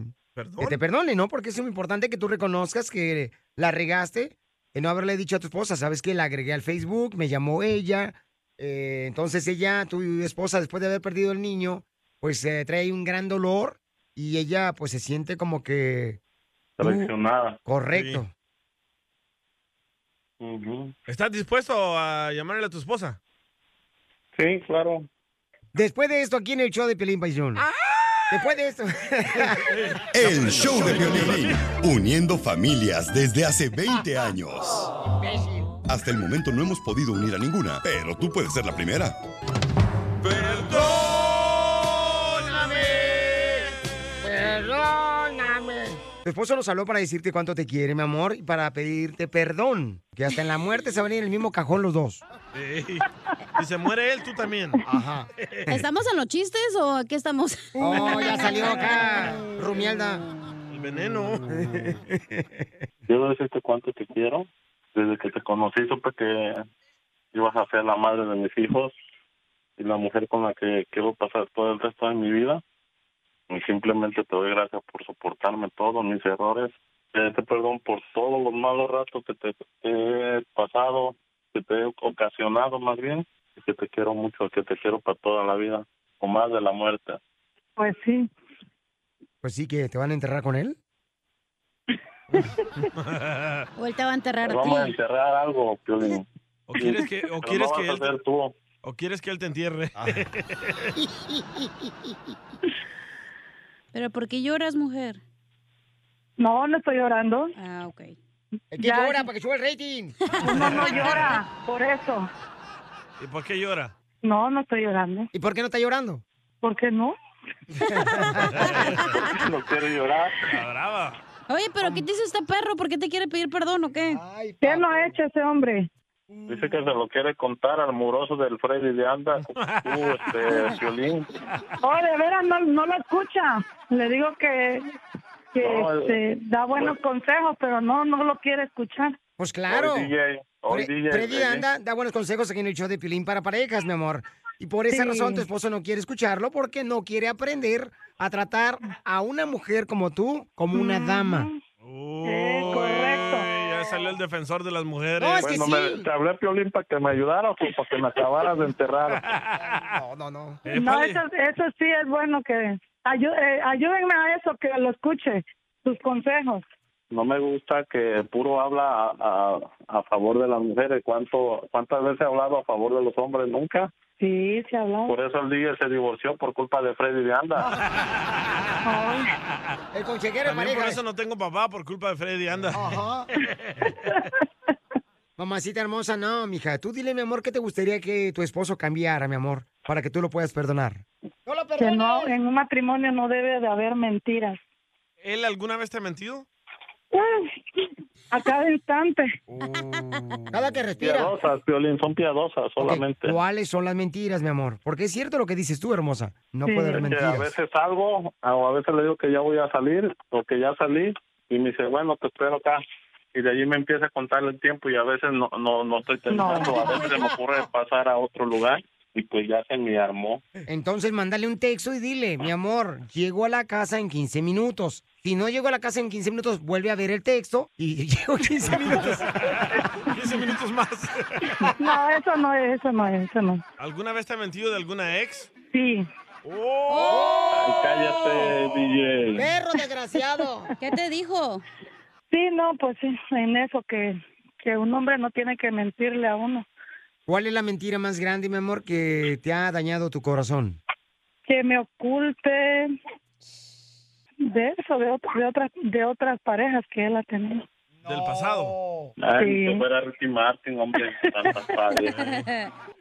que te perdone, ¿no? Porque es muy importante que tú reconozcas que la regaste en no haberle dicho a tu esposa, sabes que la agregué al Facebook, me llamó ella, eh, entonces ella, tu esposa, después de haber perdido el niño, pues eh, trae un gran dolor y ella, pues se siente como que tú- Traicionada. correcto. Ujú. ¿Estás dispuesto a llamarle a tu esposa? Sí, claro. Después de esto, aquí en el show de Pelín Paisón. ¡Ah! Después de esto. El show de Piolín, uniendo familias desde hace 20 años. Hasta el momento no hemos podido unir a ninguna, pero tú puedes ser la primera. Perdóname. Tu esposo nos habló para decirte cuánto te quiere, mi amor, y para pedirte perdón. Que hasta en la muerte se van a ir en el mismo cajón los dos. Sí. Si se muere él, tú también. Ajá. ¿Estamos en los chistes o aquí estamos? Oh, ya salió acá, Mm. Rumielda. El veneno. Quiero decirte este cuánto te quiero. Desde que te conocí supe que ibas a ser la madre de mis hijos y la mujer con la que quiero pasar todo el resto de mi vida. Y simplemente te doy gracias por soportarme todos mis errores. Te te perdón por todos los malos ratos que te he pasado, que te he ocasionado más bien. Y que te quiero mucho, que te quiero para toda la vida, o más de la muerte. Pues sí. Pues sí, que te van a enterrar con él. Vuelta va a enterrar a Vamos a ti. enterrar algo, Piolín. ¿O quieres que, o Pero quieres no que vas él a ser tú. o quieres que él te entierre? Ah. ¿Pero por qué lloras, mujer? No, no estoy llorando. Ah, ok. que Ya. llora pues. para que suba el rating. Uno no llora, por eso. ¿Y por qué llora? No, no estoy llorando. ¿Y por qué no está llorando? ¿Por qué no? no quiero llorar. brava. Oye, ¿pero qué te hizo este perro? ¿Por qué te quiere pedir perdón o qué? ¿Qué no ha hecho ese hombre? Dice que se lo quiere contar al muroso del Freddy de Anda. Tú, este, Piolín. Oh, de veras, no, no lo escucha. Le digo que, que No, este, da buenos consejos, pero no, no lo quiere escuchar. Pues claro. Hoy DJ, hoy Freddy DJ, Freddy. anda, da buenos consejos aquí en el show de Pilín para parejas, mi amor. Y por esa Sí. razón tu esposo no quiere escucharlo porque no quiere aprender a tratar a una mujer como tú como una dama. Eh, Ey, ya salió el defensor de las mujeres. Bueno, me- te hablé, Piolín, para que me ayudaras o para que me acabaras de enterrar. No, no, no. eh, Eh, No, eso, eso sí es bueno que... Ayú, eh, ayúdenme a eso, que lo escuche, sus consejos. No me gusta que puro habla a, a- a favor de las mujeres. ¿Cuánto, ¿Cuántas veces he hablado a favor de los hombres? Nunca. Sí, se habló. Por eso el DJ se divorció por culpa de Freddy de Anda. El consejero de También por parejas. eso no tengo papá, por culpa de Freddy, anda. Ajá. Mamacita hermosa, no, mija. Tú dile, mi amor, ¿qué te gustaría que tu esposo cambiara, mi amor? Para que tú lo puedas perdonar. que no, en un matrimonio no debe de haber mentiras. ¿Él alguna vez te ha mentido? Uy, a cada instante. Cada que respira. Piadosas, Piolín, son piadosas solamente. ¿Cuáles son las mentiras, mi amor? Porque es cierto lo que dices tú, hermosa. No puede haber Es que a mentiras. veces salgo, o a veces le digo que ya voy a salir, o que ya salí, y me dice, bueno, te espero acá. Y de allí me empieza a contar el tiempo, y a veces no, no, no estoy terminando, a veces se me ocurre pasar a otro lugar, y pues ya se me armó. Entonces, mándale un texto y dile, mi amor, llego a la casa en 15 minutos. Si no llego a la casa en 15 minutos, vuelve a ver el texto y llego 15 minutos. 15 minutos más. No, eso no es, eso no es, eso no. es. ¿Alguna vez te ha mentido de alguna ex? Sí. Ay, cállate, Oh. DJ. desgraciado! ¿Qué te dijo? Sí, no, pues sí, en eso que, que un hombre no tiene que mentirle a uno. ¿Cuál es la mentira más grande, mi amor, que te ha dañado tu corazón? Que me oculte de eso, de, ot- de, otras, de otras parejas que él ha tenido. Del pasado. Ay, Sí. que fuera Ricky Martin, hombre, tantas padres.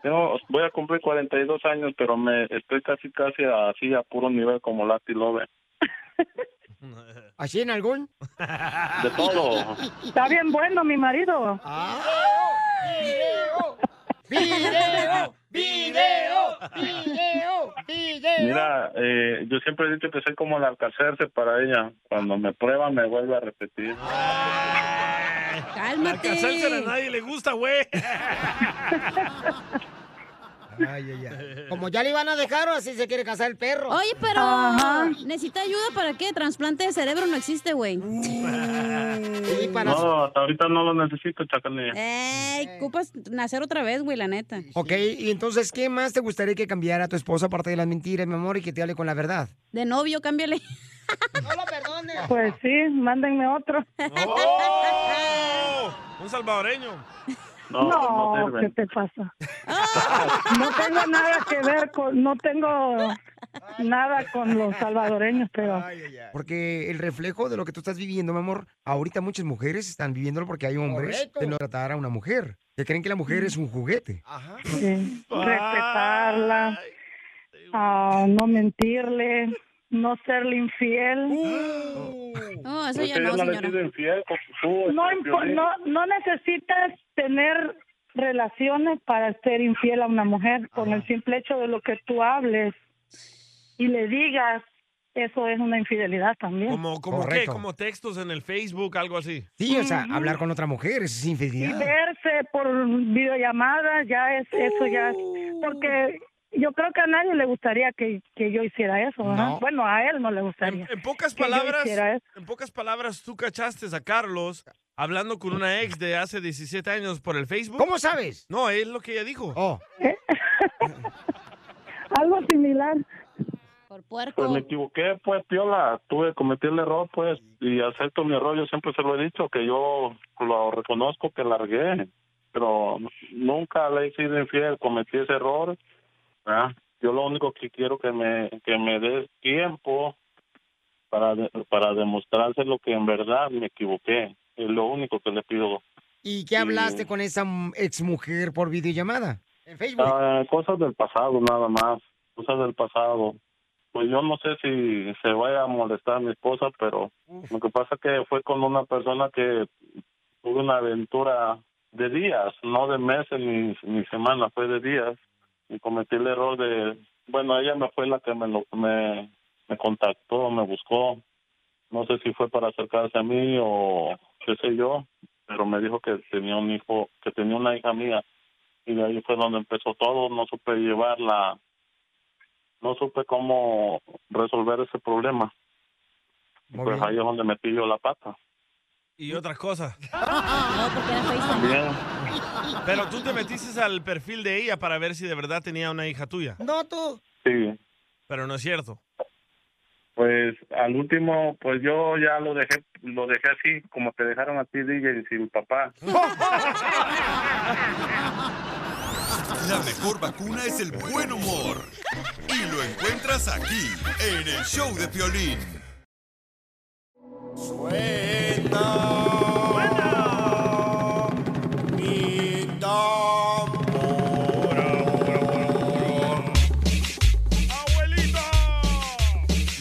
Yo voy a cumplir 42 años, pero me estoy casi, casi así a puro nivel como Lati Love. ¿Así en algún? De todo. Está bien bueno mi marido. ¡Video! ¡Video! ¡Video! ¡Video! Mira, eh, yo siempre he dicho que soy como el alcacerse para ella. Cuando me prueba, me vuelve a repetir. Ah, ¡Cálmate! Alcanzársela a nadie le gusta, güey. Ay, ay, ay. Como ya le iban a dejar, o así se quiere casar el perro. Oye, pero necesita ayuda para qué? Trasplante de cerebro no existe, güey. Y para su- No, hasta ahorita no lo necesito, chacanilla. Ey, ocupas nacer otra vez, güey, la neta. Ok, y entonces, ¿qué más te gustaría que cambiara tu esposa aparte de las mentiras, mi amor, y que te hable con la verdad? De novio, cámbiale. Pues sí, mándenme otro. ¡Oh! Un salvadoreño. No, ¿qué te pasa? No tengo nada que ver con, no tengo nada con los salvadoreños, pero Porque el reflejo de lo que tú estás viviendo, mi amor, ahorita muchas mujeres están viviéndolo porque hay hombres Correcto. de no tratar a una mujer, que creen que la mujer es un juguete. sí, eh, respetarla, ah, no mentirle, no serle infiel. No, Oh, eso Es ya que no, yo le he señora. sido infiel, pues, tú, No, este, impo- Piolín. no, no necesitas tener relaciones para ser infiel a una mujer con el simple hecho de lo que tú hables y le digas, eso es una infidelidad también. ¿Cómo qué? Como textos en el Facebook, algo así. Sí, o sea, hablar con otra mujer es y infidelidad. verse por videollamada ya es eso ya es- Uh. porque yo creo que a nadie le gustaría que, que yo hiciera eso ¿verdad? No. bueno a él no le gustaría En pocas que yo palabras, hiciera eso. en pocas palabras, tú cachaste a Carlos hablando con una ex de hace 17 años por el Facebook. ¿Cómo sabes? Oh. No, es lo que ella dijo. algo similar Por puerco. Pues me equivoqué, pues, Piola. Tuve, cometí el error, pues, y acepto mi error. Yo siempre se lo he dicho, que yo lo reconozco que largué, pero nunca le he sido infiel. Cometí ese error. ¿verdad? Yo lo único que quiero que me, que me des tiempo para, de- para demostrarse lo que en verdad me equivoqué. Es lo único que le pido. ¿Y qué hablaste con esa ex mujer por videollamada? En Facebook. Ah, cosas del pasado, nada más. Cosas del pasado. Pues yo no sé si se vaya a molestar mi esposa, pero lo que pasa que fue con una persona que tuve una aventura de días, no de meses ni, ni semanas, fue de días. Y cometí el error de. Bueno, ella me fue la que me, lo- me, me contactó, me buscó. No sé si fue para acercarse a mí o qué sé yo, pero me dijo que tenía un hijo, que tenía una hija mía y de ahí fue donde empezó todo, no supe llevarla, no supe cómo resolver ese problema. Y pues ahí es donde me pillo la pata. Y otra cosa. También, Pero tú te metiste al perfil de ella para ver si de verdad tenía una hija tuya. No, tú. sí, Pero no es cierto. pues al último, pues yo ya lo dejé, lo dejé así, como te dejaron a ti, DJ, y sin papá. La mejor vacuna es el buen humor. Y lo encuentras aquí, en el show de Piolín.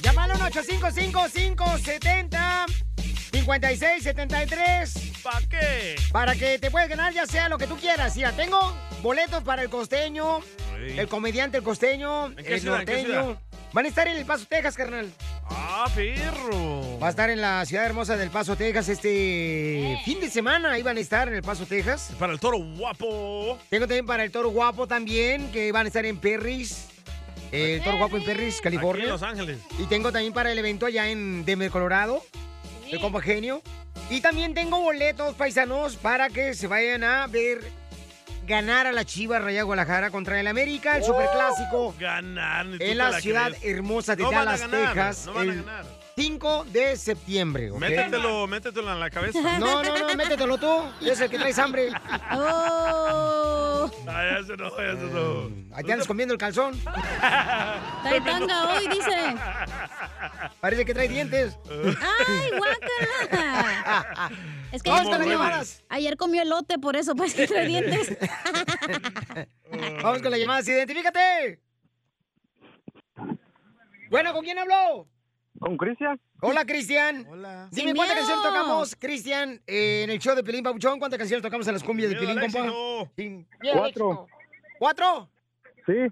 Llámalo al 855-570-5673. ¿Para qué? Para que te puedas ganar ya sea lo que tú quieras. Mira, tengo boletos para el costeño, Sí. el comediante el costeño, qué el ciudad, en qué norteño. ciudad? Van a estar en El Paso, Texas, carnal. Ah, perro. Va a estar en la ciudad hermosa del Paso, Texas este fin de semana. Iban a estar en El Paso, Texas. Para el toro guapo. Tengo también para el toro guapo también, que van a estar en Perris. Eh, El toro guapo en Perris, California. Aquí en Los Ángeles. Y tengo también para el evento allá en Denver, Colorado, de Compa Genio. Y también tengo boletos paisanos para que se vayan a ver ganar a la Chivas Raya Guadalajara contra el América, Oh, el Superclásico. Ganar. ni tú te En la, ciudad crees. hermosa de No van a Dallas, ganar, Texas, no van a el 5 de septiembre. ¿ok? Métetelo, métetelo en la cabeza. No, no, no, métetelo tú. Es el que traes hambre. Ah, ya se enojó, ya se enojó. Ahí te andas comiendo el calzón. Trae tanga hoy, dice. Parece que trae dientes. ¡Ay, guácala! Es que Vamos ayer con las comió, llamadas. ayer comió elote, por eso, pues que trae dientes. Vamos con las llamadas. ¡Identifícate! Bueno, ¿con quién habló? ¿Con Cristian? Hola, Cristian. Hola. Dime, ¿cuántas canciones tocamos, Cristian, eh, en el show de Pelín Pabuchón? ¿Cuántas canciones tocamos en las cumbias de Pelín, compa? Sin miedo al Cuatro. éxito. ¿Cuatro? Sí.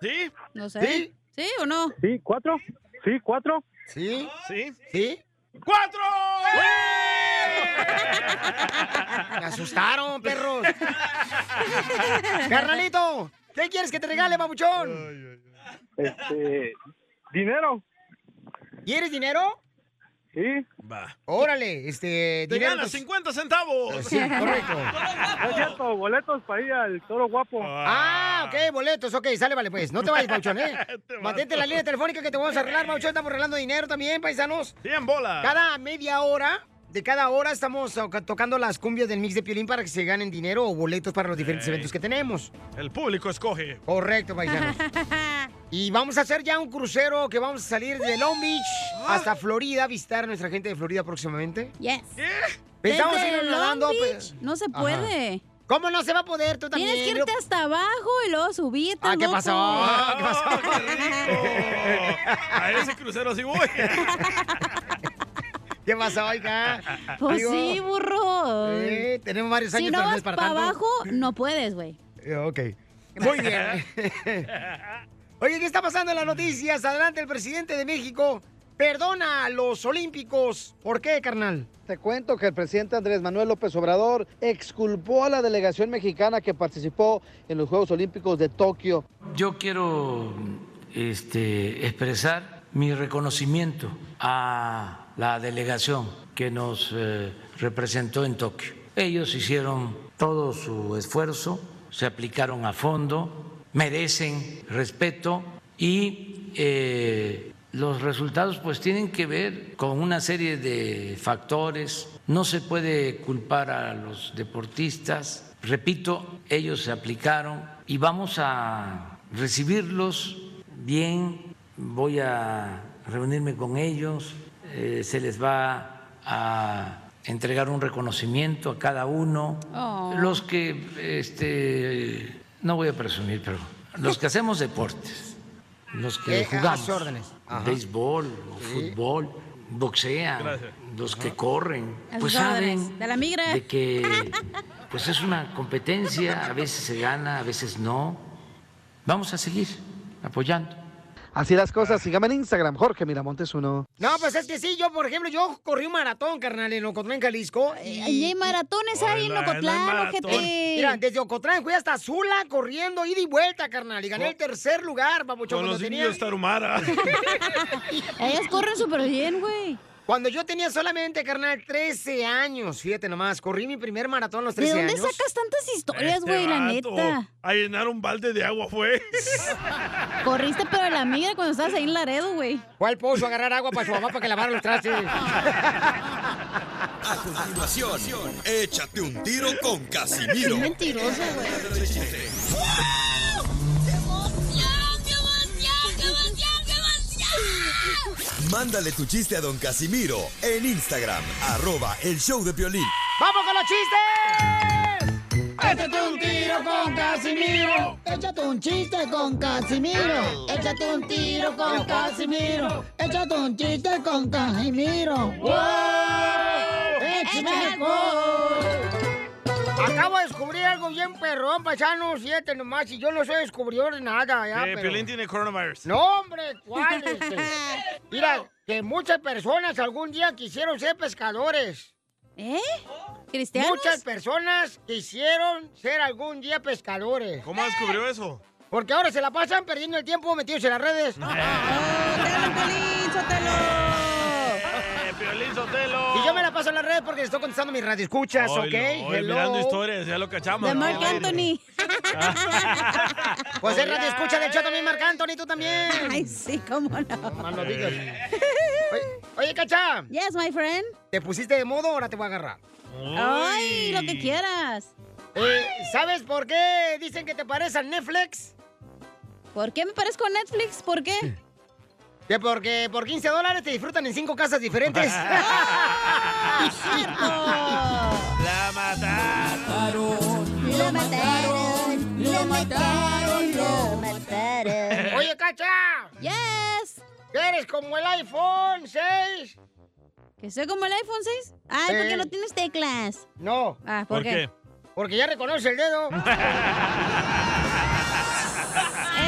¿Sí? No sé. ¿Sí? ¿Sí o no? Sí, cuatro. Sí, cuatro. Sí. Sí. Sí. ¡Cuatro! Me asustaron, perros. Carnalito, ¿qué quieres que te regale, Pabuchón? Este, dinero. ¿Quieres dinero? Sí. Va. Órale, este, Te dinero. ganas pues- 50 centavos. Sí, correcto. No es cierto, boletos para ir al toro guapo. Ah, ok, boletos, ok, sale, vale, pues. No te vayas, Pauchón, ¿eh? Mantente en la línea telefónica que te vamos a arreglar, Pauchón. Estamos arreglando dinero también, paisanos. Bien, bola. Cada media hora, de cada hora, estamos toca- tocando las cumbias del mix de Piolín para que se ganen dinero o boletos para los diferentes Ey. eventos que tenemos. El público escoge. Correcto, paisanos. Y vamos a hacer ya un crucero que vamos a salir de Long Beach hasta Florida, visitar a nuestra gente de Florida próximamente. Yes. Pensamos Desde irnos Long nadando. pe- Beach no se Ajá. puede. ¿Cómo no se va a poder? Tú también. Tienes que irte hasta abajo y luego subirte. Ah, ¿qué loco. pasó? Ah, ¿Qué pasó? A ese crucero sí voy. ¿Qué pasó, oiga? Pues Digo, sí, burro. eh, tenemos varios años, si no pero no vas es para pa' tanto. abajo, no puedes, güey. Eh, Ok. Muy bien. Oye, ¿qué está pasando en las noticias? Adelante, el presidente de México perdona a los olímpicos. ¿Por qué, carnal? Te cuento que el presidente Andrés Manuel López Obrador exculpó a la delegación mexicana que participó en los Juegos Olímpicos de Tokio Yo quiero este, expresar mi reconocimiento a la delegación que nos eh, representó en Tokio. Ellos hicieron todo su esfuerzo, se aplicaron a fondo, merecen respeto y eh, los resultados pues tienen que ver con una serie de factores. No se puede culpar a los deportistas. Repito, ellos se aplicaron y vamos a recibirlos bien. Voy a reunirme con ellos. Eh, se les va a entregar un reconocimiento a cada uno. Oh. Los que, este, no voy a presumir, pero los que hacemos deportes, los que Eh, a jugamos, sus órdenes. Ajá. béisbol, o Sí. fútbol, boxean, Gracias. los que corren, A pues sus órdenes. saben De la migra. de que pues es una competencia, a veces se gana, a veces no. Vamos a seguir apoyando. Así las cosas, síganme en Instagram, Jorge Miramontes uno. No, pues es que sí, yo, por ejemplo, yo corrí un maratón, carnal, en Ocotlán, Jalisco. Y hay maratones ahí en Hola, no hay Ocotlán, maratón. ojete. Mira, desde Ocotlán fui hasta Zula corriendo, ida y vuelta, carnal, y gané el tercer lugar, papuchón. Con cuando los tenía- indios tarumara. Ah, Ellas corren súper bien, güey. Cuando yo tenía solamente, carnal, 13 años, fíjate nomás, corrí mi primer maratón a los ¿De 13 dónde años. sacas tantas historias, Este güey? La vato, neta. A llenar un balde de agua fue. Corriste pero a la migra cuando estabas ahí en Laredo, güey. ¿Cuál pozo agarrar agua para su mamá para que lavara los trastes? A continuación, échate un tiro con Casimiro. Qué mentiroso, Mándale tu chiste a don Casimiro en Instagram, arroba el show de violín. ¡Vamos con los chistes! Échate un tiro con Casimiro. Échate un chiste con Casimiro. Échate un tiro con Casimiro. Échate un chiste con Casimiro. ¡Wow! ¡Échame alcohol! Acabo de descubrir algo bien perrón, paisano, siete nomás, y yo no soy descubridor de nada, ya, Eh, pero- Piolín tiene coronavirus. No, hombre, ¿cuál? este? Mira, que muchas personas algún día quisieron ser pescadores. ¿Eh? ¿Cristianos? Muchas personas quisieron ser algún día pescadores. ¿Cómo descubrió eso? Porque ahora se la pasan perdiendo el tiempo metidos en las redes. Eh, Piolín Sotelo. Y yo me la paso en las redes porque les estoy contestando mis radioescuchas, Oilo, ¿ok? oilo, Hello. mirando historias, ya lo cachamos. De ¿no? Marc Al aire. Anthony. Pues es radio escucha de hecho también Marc Anthony, tú también. Ay, sí, cómo no. no digas. Oye, Oye, Cacha. Yes, my friend. ¿Te pusiste de modo ahora te voy a agarrar? Ay, lo que quieras. Eh, ¿Sabes por qué dicen que te pareces al Netflix? ¿Por qué me parezco a Netflix? ¿Por qué? Que porque por 15 dólares te disfrutan en cinco casas diferentes. ¡Ah! La mataron. Lo mataron, lo mataron, lo mataron. Oye, Cacha. Yes. Eres como el iPhone 6. ¿Que soy como el iPhone 6? Ay, ¿por Sí. qué no tienes teclas? No. Ah, ¿por, qué? Porque ya reconoce el dedo.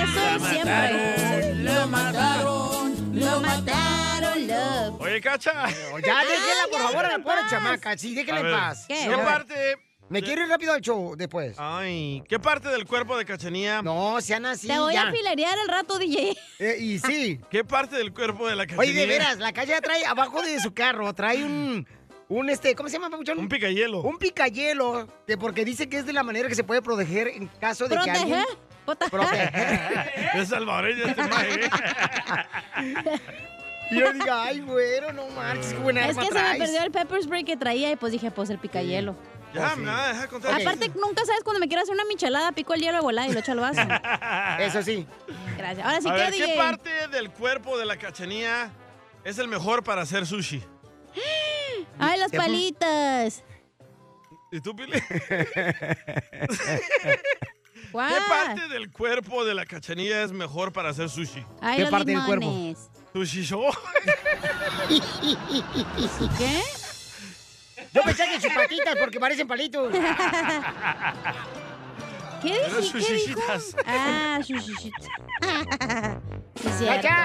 Eso es siempre. Lo mataron, lo mataron, lo Oye, Cacha. Oh, Ya déjela, por favor, a la pobre chamaca. Sí, déjela A en ver, paz. ¿Qué? No, ¿Qué a ver. parte? Me quiero ir rápido al show después. Ah, Ay, ¿qué parte del cuerpo de Cachanía? No, sean así. Eh, Te voy a filarear al rato, DJ. y sí. ¿Qué parte del cuerpo de la Cachanía? Oye, de veras, la calle trae abajo de su carro, trae un. Un este, ¿cómo se llama, papuchón? Un picayelo. Un picayelo, que porque dice que es de la manera que se puede proteger en caso de que alguien. ¿Eh? Es salvadoreño este maje. Y yo diga, ay, güero, no marches, qué buena Es arma que se me traes". perdió el pepper spray que traía y pues dije, pues el picayelo. Ah, Ya, nada, deja de contar. Aparte, nunca sabes cuando me quiero hacer una michelada, pico el hielo a volar y lo echo al vaso. Eso sí. gracias. Ahora sí A que, ver, DJ. ¿qué parte del cuerpo de la cachanía es el mejor para hacer sushi? Ay, las Em- palitas. ¿Y tú, Pili? ¿Qué ¿Cuál? parte del cuerpo de la cachanilla es mejor para hacer sushi? Ay, los limones. Sushi show. ¿Qué? Yo pensé que chupatitas porque parecen palitos. ¿Qué Eran dije? ¿Qué dijo? sushicitas. Ah, sushicitas. Sí, es cierto. ¡Cacha!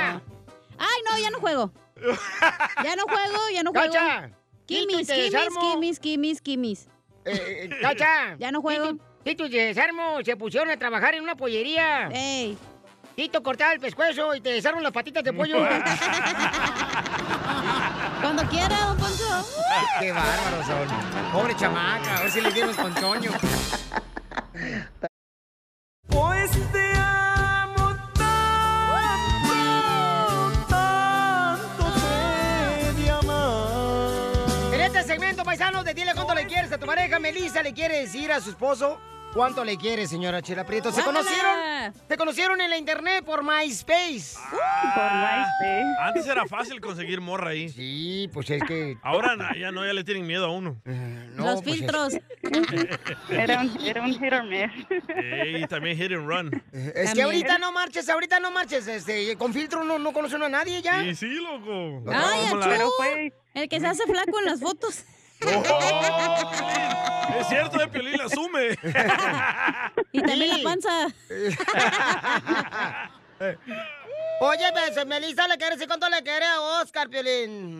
Ay, no, ya no juego. Ya no juego, ya no juego. ¡Cacha! Kimis, Quito y te kimis, desarmo. kimis, kimis, kimis. Eh, ¡Cacha! Ya no juego. Tito- Tito y Desarmo se pusieron a trabajar en una pollería. ¡Ey! Tito cortaba el pescuezo y te desarmo las patitas de pollo. Cuando quiera, don Poncho. ¡Qué bárbaros son! Pobre chamaca, a ver si le dieron con Toño. Pues te amo tanto, tanto te di amar. En este segmento, paisanos, de dile cuánto le quieres a tu pareja. Melissa le quiere decir a su esposo cuánto le quiere, señora Chela Prieto. ¿Se Guácala. conocieron? Se conocieron en la internet por MySpace. Antes era fácil conseguir morra ahí. Sí, pues es que. Ahora na- ya no, ya le tienen miedo a uno. Los pues es- filtros. Era un, era un hit or miss. Y también hit and run. Eh, Es que ahorita no marches, ahorita no marches. Este, con filtro no, no conoce uno a nadie ya. Sí, sí, loco. ¡Ay, Como la- achú! El que se hace flaco en las fotos. Es cierto, eh, Piolín la asume. Y también la panza. Oye, pues, Melissa le quiere decir cuánto le quiere a Oscar, Piolín.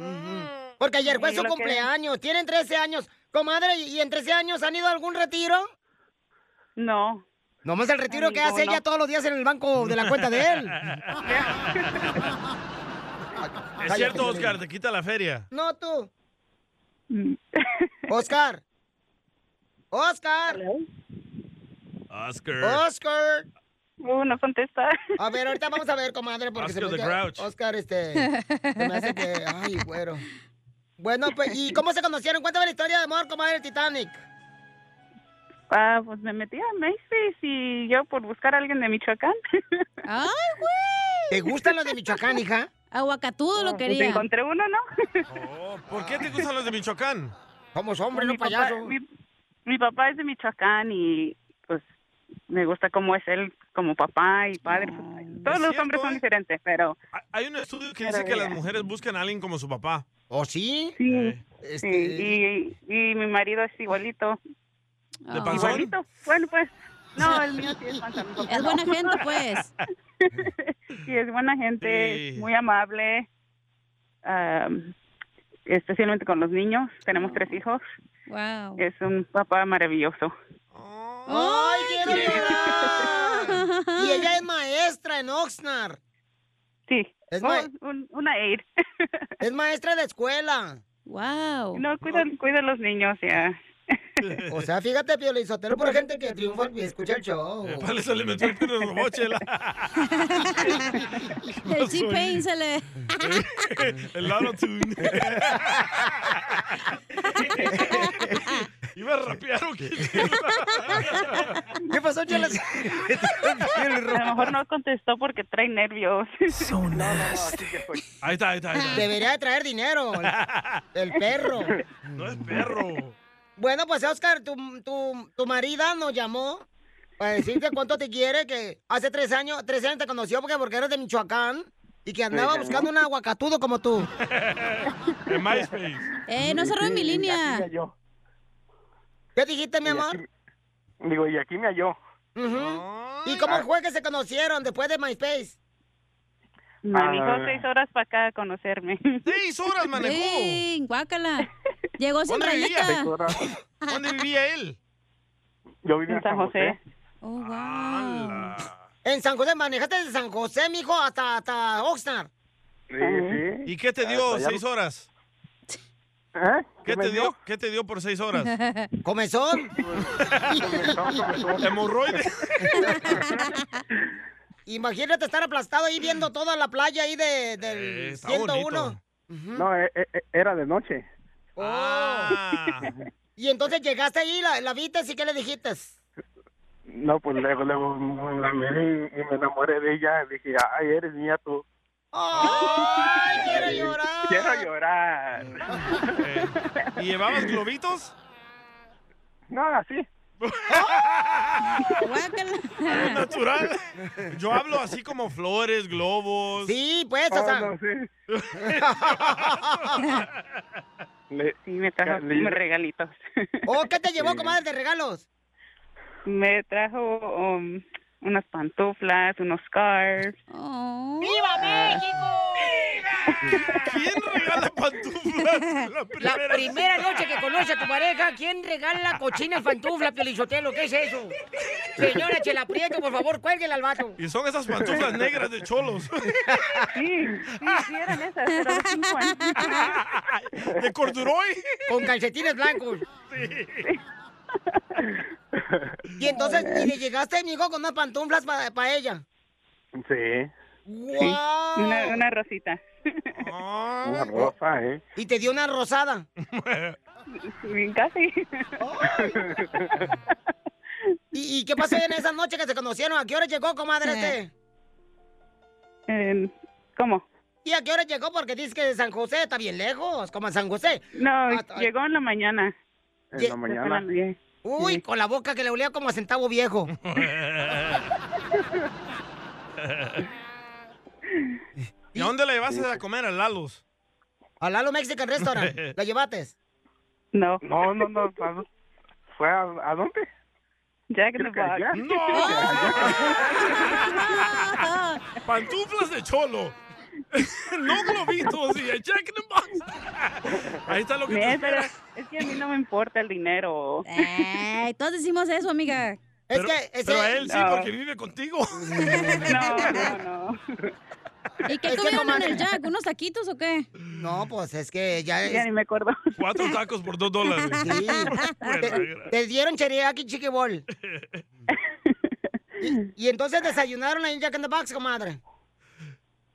Porque ayer fue Sí, su lo quiere. cumpleaños. Tienen 13 años. Comadre, ¿y en 13 años han ido a algún retiro? No. Nomás el retiro que Amigo, hace ella no. todos los días en el banco de la cuenta de él. Es cierto, Oscar, te quita la feria. No tú. Mm. Oscar. Oscar. Oscar. Oscar. Uh, no contesta. A ver, ahorita vamos a ver, comadre, porque Oscar se me the hace- Grouch. Oscar, este. Se me hace que. Ay, güero. Bueno, pues, ¿y cómo se conocieron? Cuéntame la historia de amor, comadre del Titanic. Ah, pues me metí a Macy's y yo por buscar a alguien de Michoacán. ¡Ay, güey! ¿Te gustan los de Michoacán, hija? Aguacatudo lo Oh. pues quería. encontré uno, ¿no? Oh, ¿Por qué te gustan los de Michoacán? Somos hombres, Mi papá- mi, mi papá es de Michoacán y pues me gusta cómo es él como papá y padre. Pues, todos Es los cierto, hombres son ¿eh? diferentes, pero Hay un estudio que dice que las mujeres buscan a alguien como su papá. ¿O sí? Sí. este, Este, sí, y, y mi marido es igualito. ¿De panzón? Igualito. Bueno, pues no, el mío sí es panzón. mi papá Es no. buena gente, pues. Sí, es buena gente, es Sí. muy amable, am, especialmente con los niños. Tenemos tres hijos. Wow. Es un papá maravilloso. ¡Ay, quiero llorar! Y ella es maestra en Oxnard. Sí. Es Oh, ma- una aid. es maestra de escuela. Wow. No, cuida, cuida a los niños, ya. O sea, fíjate, Piolín Sotelo, por gente que triunfa y escucha el show. Vale, se le metió el pino en el robot, chela. El eh. T-Pain se le... El autotune. ¿Iba a rapear o qué? ¿Qué pasó, Chelas? A lo mejor no contestó porque trae nervios. No, no, no, así que fue. Ahí está, ahí está, ahí está. Debería de traer dinero. El, el perro. No es perro. Bueno, pues Oscar, tu, tu, tu marida nos llamó para decirte cuánto te quiere, que hace tres años, tres años te conoció porque, porque eres de Michoacán y que andaba Pues, Oigan. buscando un aguacatudo como tú. En MySpace. Eh, no cerró en mi línea. ¿Qué dijiste, mi amor? Digo, y aquí me halló. Ujú. ¿Y cómo fue que se conocieron después de MySpace? Manejó seis horas para acá a conocerme. ¡Seis horas Ding, guácala. Llegó sin ¿Dónde vivía? rayita. ¿Dónde vivía él? Yo vivía En San José. Oh, wow. En San José, manejaste desde San José, mijo, hasta, hasta Oxnard. Sí, Ah, sí. ¿Y qué te dio Hasta allá- seis horas? ¿Qué, te dio? ¿Qué te dio por seis horas? ¿Comezón? Hemorroides. Imagínate estar aplastado ahí viendo toda la playa ahí de, Eh, del 101. No, e- e- era de noche. Oh. Y entonces llegaste ahí, la, la viste y ¿qué le dijiste? No, pues luego, luego la miré y me enamoré de ella. Dije, ah, ay, eres mía tú. ¡Ay, quiero llorar! Quiero llorar. ¿Y llevabas globitos? No, así. Natural. Yo hablo así como flores, globos. Sí, pues, o sea- Le- Sí, me trajo Carlita. unos regalitos. ¿O Oh, qué te llevó, Sí. comadre, de regalos? Me trajo um, unas pantuflas, unos scarves. Ah, Oh. ¡Viva ¿Quién regala pantuflas? La La primera, primera noche que conoce a tu pareja, ¿quién regala cochinas pantuflas, Pielichotelo? ¿Qué es eso? Señora Chela Prieto, por favor, cuélguela al vato. Y son esas pantuflas negras de cholos. Sí, sí, eran esas, pero de cinco años. ¿De corduroy? Con calcetines blancos. Y entonces, ¿y le llegaste, mijo, con unas pantuflas para ella? Sí. ¡Wow! Una, una rosita. Una rosa, ¿eh? Y te dio una rosada. Casi. ¿Y, y qué pasó en esa noche que se conocieron? ¿A qué hora llegó, comadre, este? Eh, ¿Cómo? ¿Y a qué hora llegó? Porque dices que de San José está bien lejos, como en San José. No, ah. llegó en la mañana. En la mañana. Uy, con la boca que le olía como a centavo viejo. ¿Y a dónde la llevaste a comer? A Lalos. Al Lalo Mexican Restaurant. ¿La llevaste? No. No, no, no. ¿a dó- ¿Fue a, a dónde? Jack in the Box. Pantuflas de cholo. no globitos y a Jack in the Box. Ahí está lo que te Nel, pero espera. es que a mí no me importa el dinero. Ay, todos decimos eso, amiga. Pero, pero a él sí, porque vive contigo. No, no, ¿Y qué Es que, comieron en comadre. el Jack? ¿Unos taquitos o qué? No, pues es que ya es... Ya ni me acuerdo. Cuatro tacos por dos dólares. Sí. Te, te dieron teriyaki chicken ball. Y, y entonces desayunaron ahí en Jack in the Box, comadre.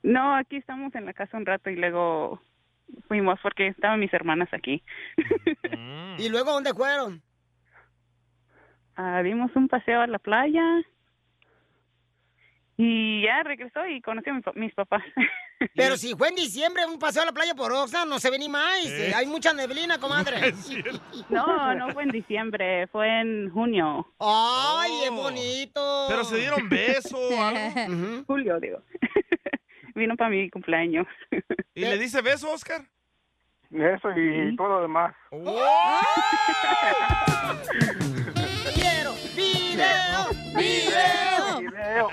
No, aquí estamos en la casa un rato y luego fuimos porque estaban mis hermanas aquí. ¿Y luego dónde fueron? Ah, dimos un paseo a la playa y ya Ah, regresó y conoció a mi pa- mis papás. Pero si fue en diciembre un paseo a la playa por Oxnard, no se ve ni más. ¿Eh? Hay mucha neblina, comadre. No, no fue en diciembre, fue en junio. ¡Ay, es bonito! Pero se dieron beso o algo. Julio, digo. Vino para mi cumpleaños. ¿Y le dice beso, Oscar? Eso y todo lo demás. Oh. ¡Quiero video! ¡Video!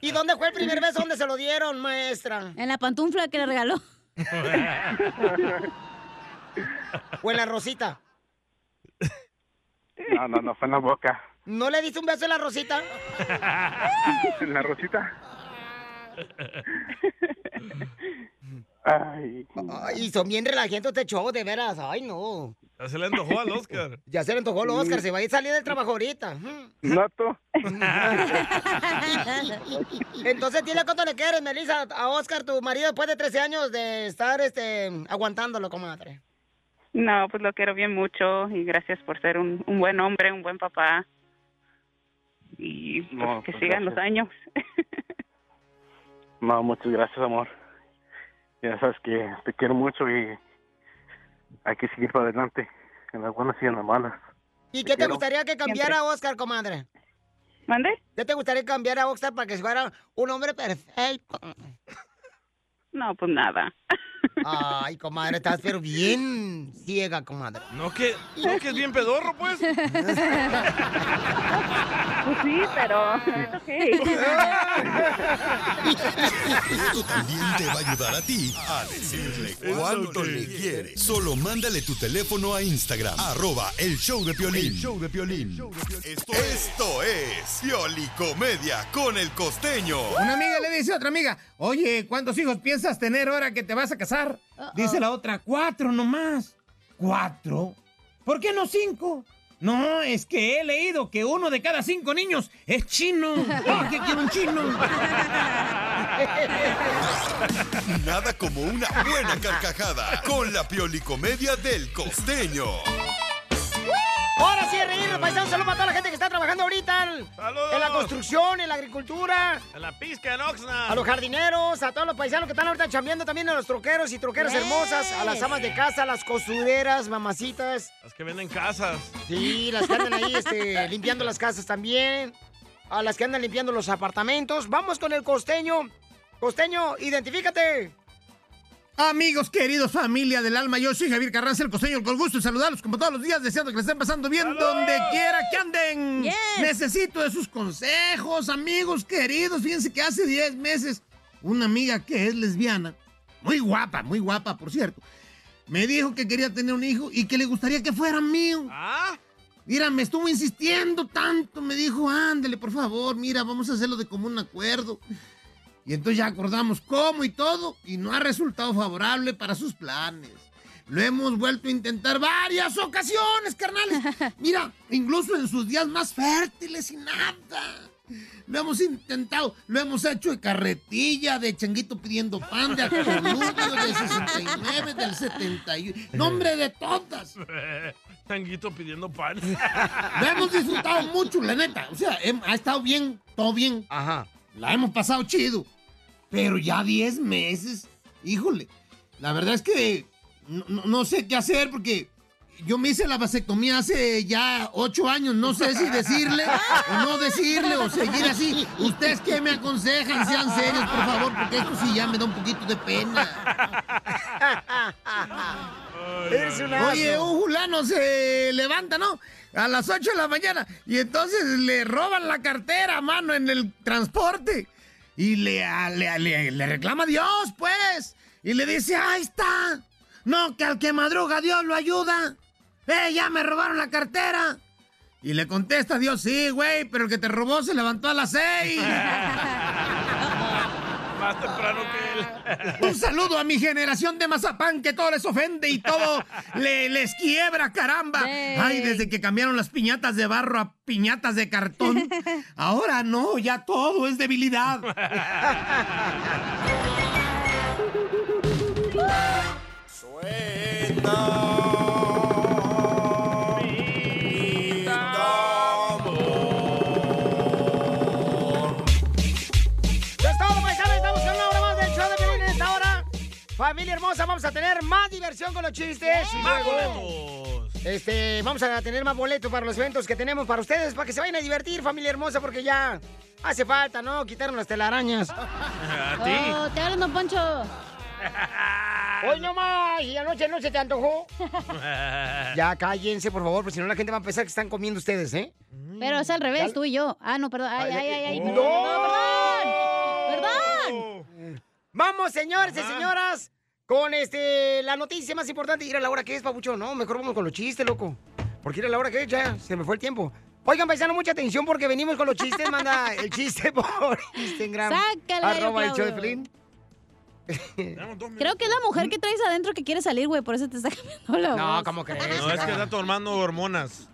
¿Y dónde fue el primer beso? ¿Dónde se lo dieron, maestra? En la pantufla que le regaló. ¿O en la rosita? No, no, no, fue en la boca. ¿No le diste un beso en la rosita? ¿En la rosita? Ay. Ay, son bien relajantes este show, de veras. Ay, no. Ya se le antojó al Oscar. Ya se le antojó el Oscar, se va a ir a salir del trabajo ahorita. Mm. Entonces dile cuánto le quieres, Melissa, a Oscar, tu marido, después de 13 años de estar este, aguantándolo, comadre. No, pues lo quiero bien mucho y gracias por ser un, un buen hombre, un buen papá. Y pues, No, que pues, sigan los gracias. años. No, muchas gracias, amor. Ya sabes que te quiero mucho y hay que seguir para adelante, en las buenas y en las malas. ¿Y qué te quiero. gustaría que cambiara Oscar, comadre? ¿Mande? ¿Qué te gustaría cambiar a Oscar para que fuera un hombre perfecto? No, pues nada. Ay, comadre, estás pero bien ciega, comadre. No que, no que es bien pedorro, pues. Pues sí, pero es Esto también te va a ayudar a ti a decirle cuánto le quieres. Solo mándale tu teléfono a Instagram, arroba el show de Piolín. El show de Esto es Piolicomedia con el costeño. Una amiga le dice a otra amiga, oye, ¿cuántos hijos piensas tener ahora que te vas a casar? Dice la otra, cuatro nomás. ¿Cuatro? ¿Por qué no cinco? No, es que he leído que uno de cada cinco niños es chino. ¿Por qué quiero un chino? Nada como una buena carcajada con la Piolicomedia del costeño. Ahora sí, reír, paisanos. Saludos para toda la gente que está trabajando ahorita. en- En la construcción, en la agricultura. A la pizca en Oxnard. A los jardineros, a todos los paisanos que están ahorita chambeando también a los troqueros y troqueras Yes. hermosas, a las amas de casa, a las costureras, mamacitas. Las que venden casas. Sí, las que andan ahí este, limpiando las casas también. A las que andan limpiando los apartamentos. Vamos con el costeño. Costeño, identifícate. Amigos, queridos, familia del alma, yo soy Javier Carranza, el costeño, con gusto de saludarlos como todos los días, deseando que les estén pasando bien donde quiera que anden. Yes. Necesito de sus consejos, amigos, queridos. Fíjense que hace 10 meses una amiga que es lesbiana, muy guapa, muy guapa, por cierto, me dijo que quería tener un hijo y que le gustaría que fuera mío. Mira, me estuvo insistiendo tanto, me dijo, ándale, por favor, mira, vamos a hacerlo de común acuerdo. Y entonces ya acordamos cómo y todo, y no ha resultado favorable para sus planes. Lo hemos vuelto a intentar varias ocasiones, carnales. Mira, incluso en sus días más fértiles y nada. Lo hemos intentado, lo hemos hecho de carretilla, de changuito pidiendo pan, de acoludio, de 69, del 71. Nombre de todas. Tanguito pidiendo pan. Lo hemos disfrutado mucho, la neta. O sea, hem- ha estado bien, todo bien. Ajá. La hemos pasado chido. Pero ya 10 meses, híjole. La verdad es que no, no- no sé qué hacer porque yo me hice la vasectomía hace ya 8 años. No sé si decirle o no decirle o seguir así. ¿Ustedes qué me aconsejan? Sean serios, por favor, porque esto sí ya me da un poquito de pena. Eres un Oye, asno. un fulano se levanta, ¿no? A las 8 de la mañana. Y entonces le roban la cartera, mano, en el transporte. Y le, a- le, a- le- le reclama a Dios, pues. Y le dice, ahí está. No, que al que madruga Dios lo ayuda. Eh, ya me robaron la cartera. Y le contesta Dios, sí, güey, pero el que te robó se levantó a las 6. Más temprano que él. Un saludo a mi generación de Mazapán que todo les ofende y todo le- les quiebra, caramba. Ay, desde que cambiaron las piñatas de barro a piñatas de cartón, ahora no, ya todo es debilidad. ¡Ya es todo, paisanos! Estamos con una hora más del show de Piolín en esta hora. Familia hermosa, vamos a tener más diversión con los chistes. y Más luego, Este, vamos a tener más boletos para los eventos que tenemos para ustedes, para que se vayan a divertir, familia hermosa, porque ya hace falta, ¿no? Quitaron las telarañas. A Oh, te hablan, don Poncho. Hoy no más, y anoche no se te antojó. ti. Ya cállense, por favor, porque si no la gente va a pensar que están comiendo ustedes, ¿eh? Pero es al revés, tú y yo. Ah, no, perdón. Ay, ay, ay, ay. ¡No! ¡Perdón! Vamos, señores y señoras, con este la noticia más importante. Ir a la hora que es, papucho. No, mejor vamos con los chistes, loco. Porque ir a la hora que es, ya se me fue el tiempo. Oigan, paisano, mucha atención porque venimos con los chistes. Manda el chiste por Instagram. Sácale, Arroba el show de Claudio. Pelín. Creo que es la mujer que traes adentro que quiere salir, güey. Por eso te está cambiando la voz. No, es que está tomando hormonas.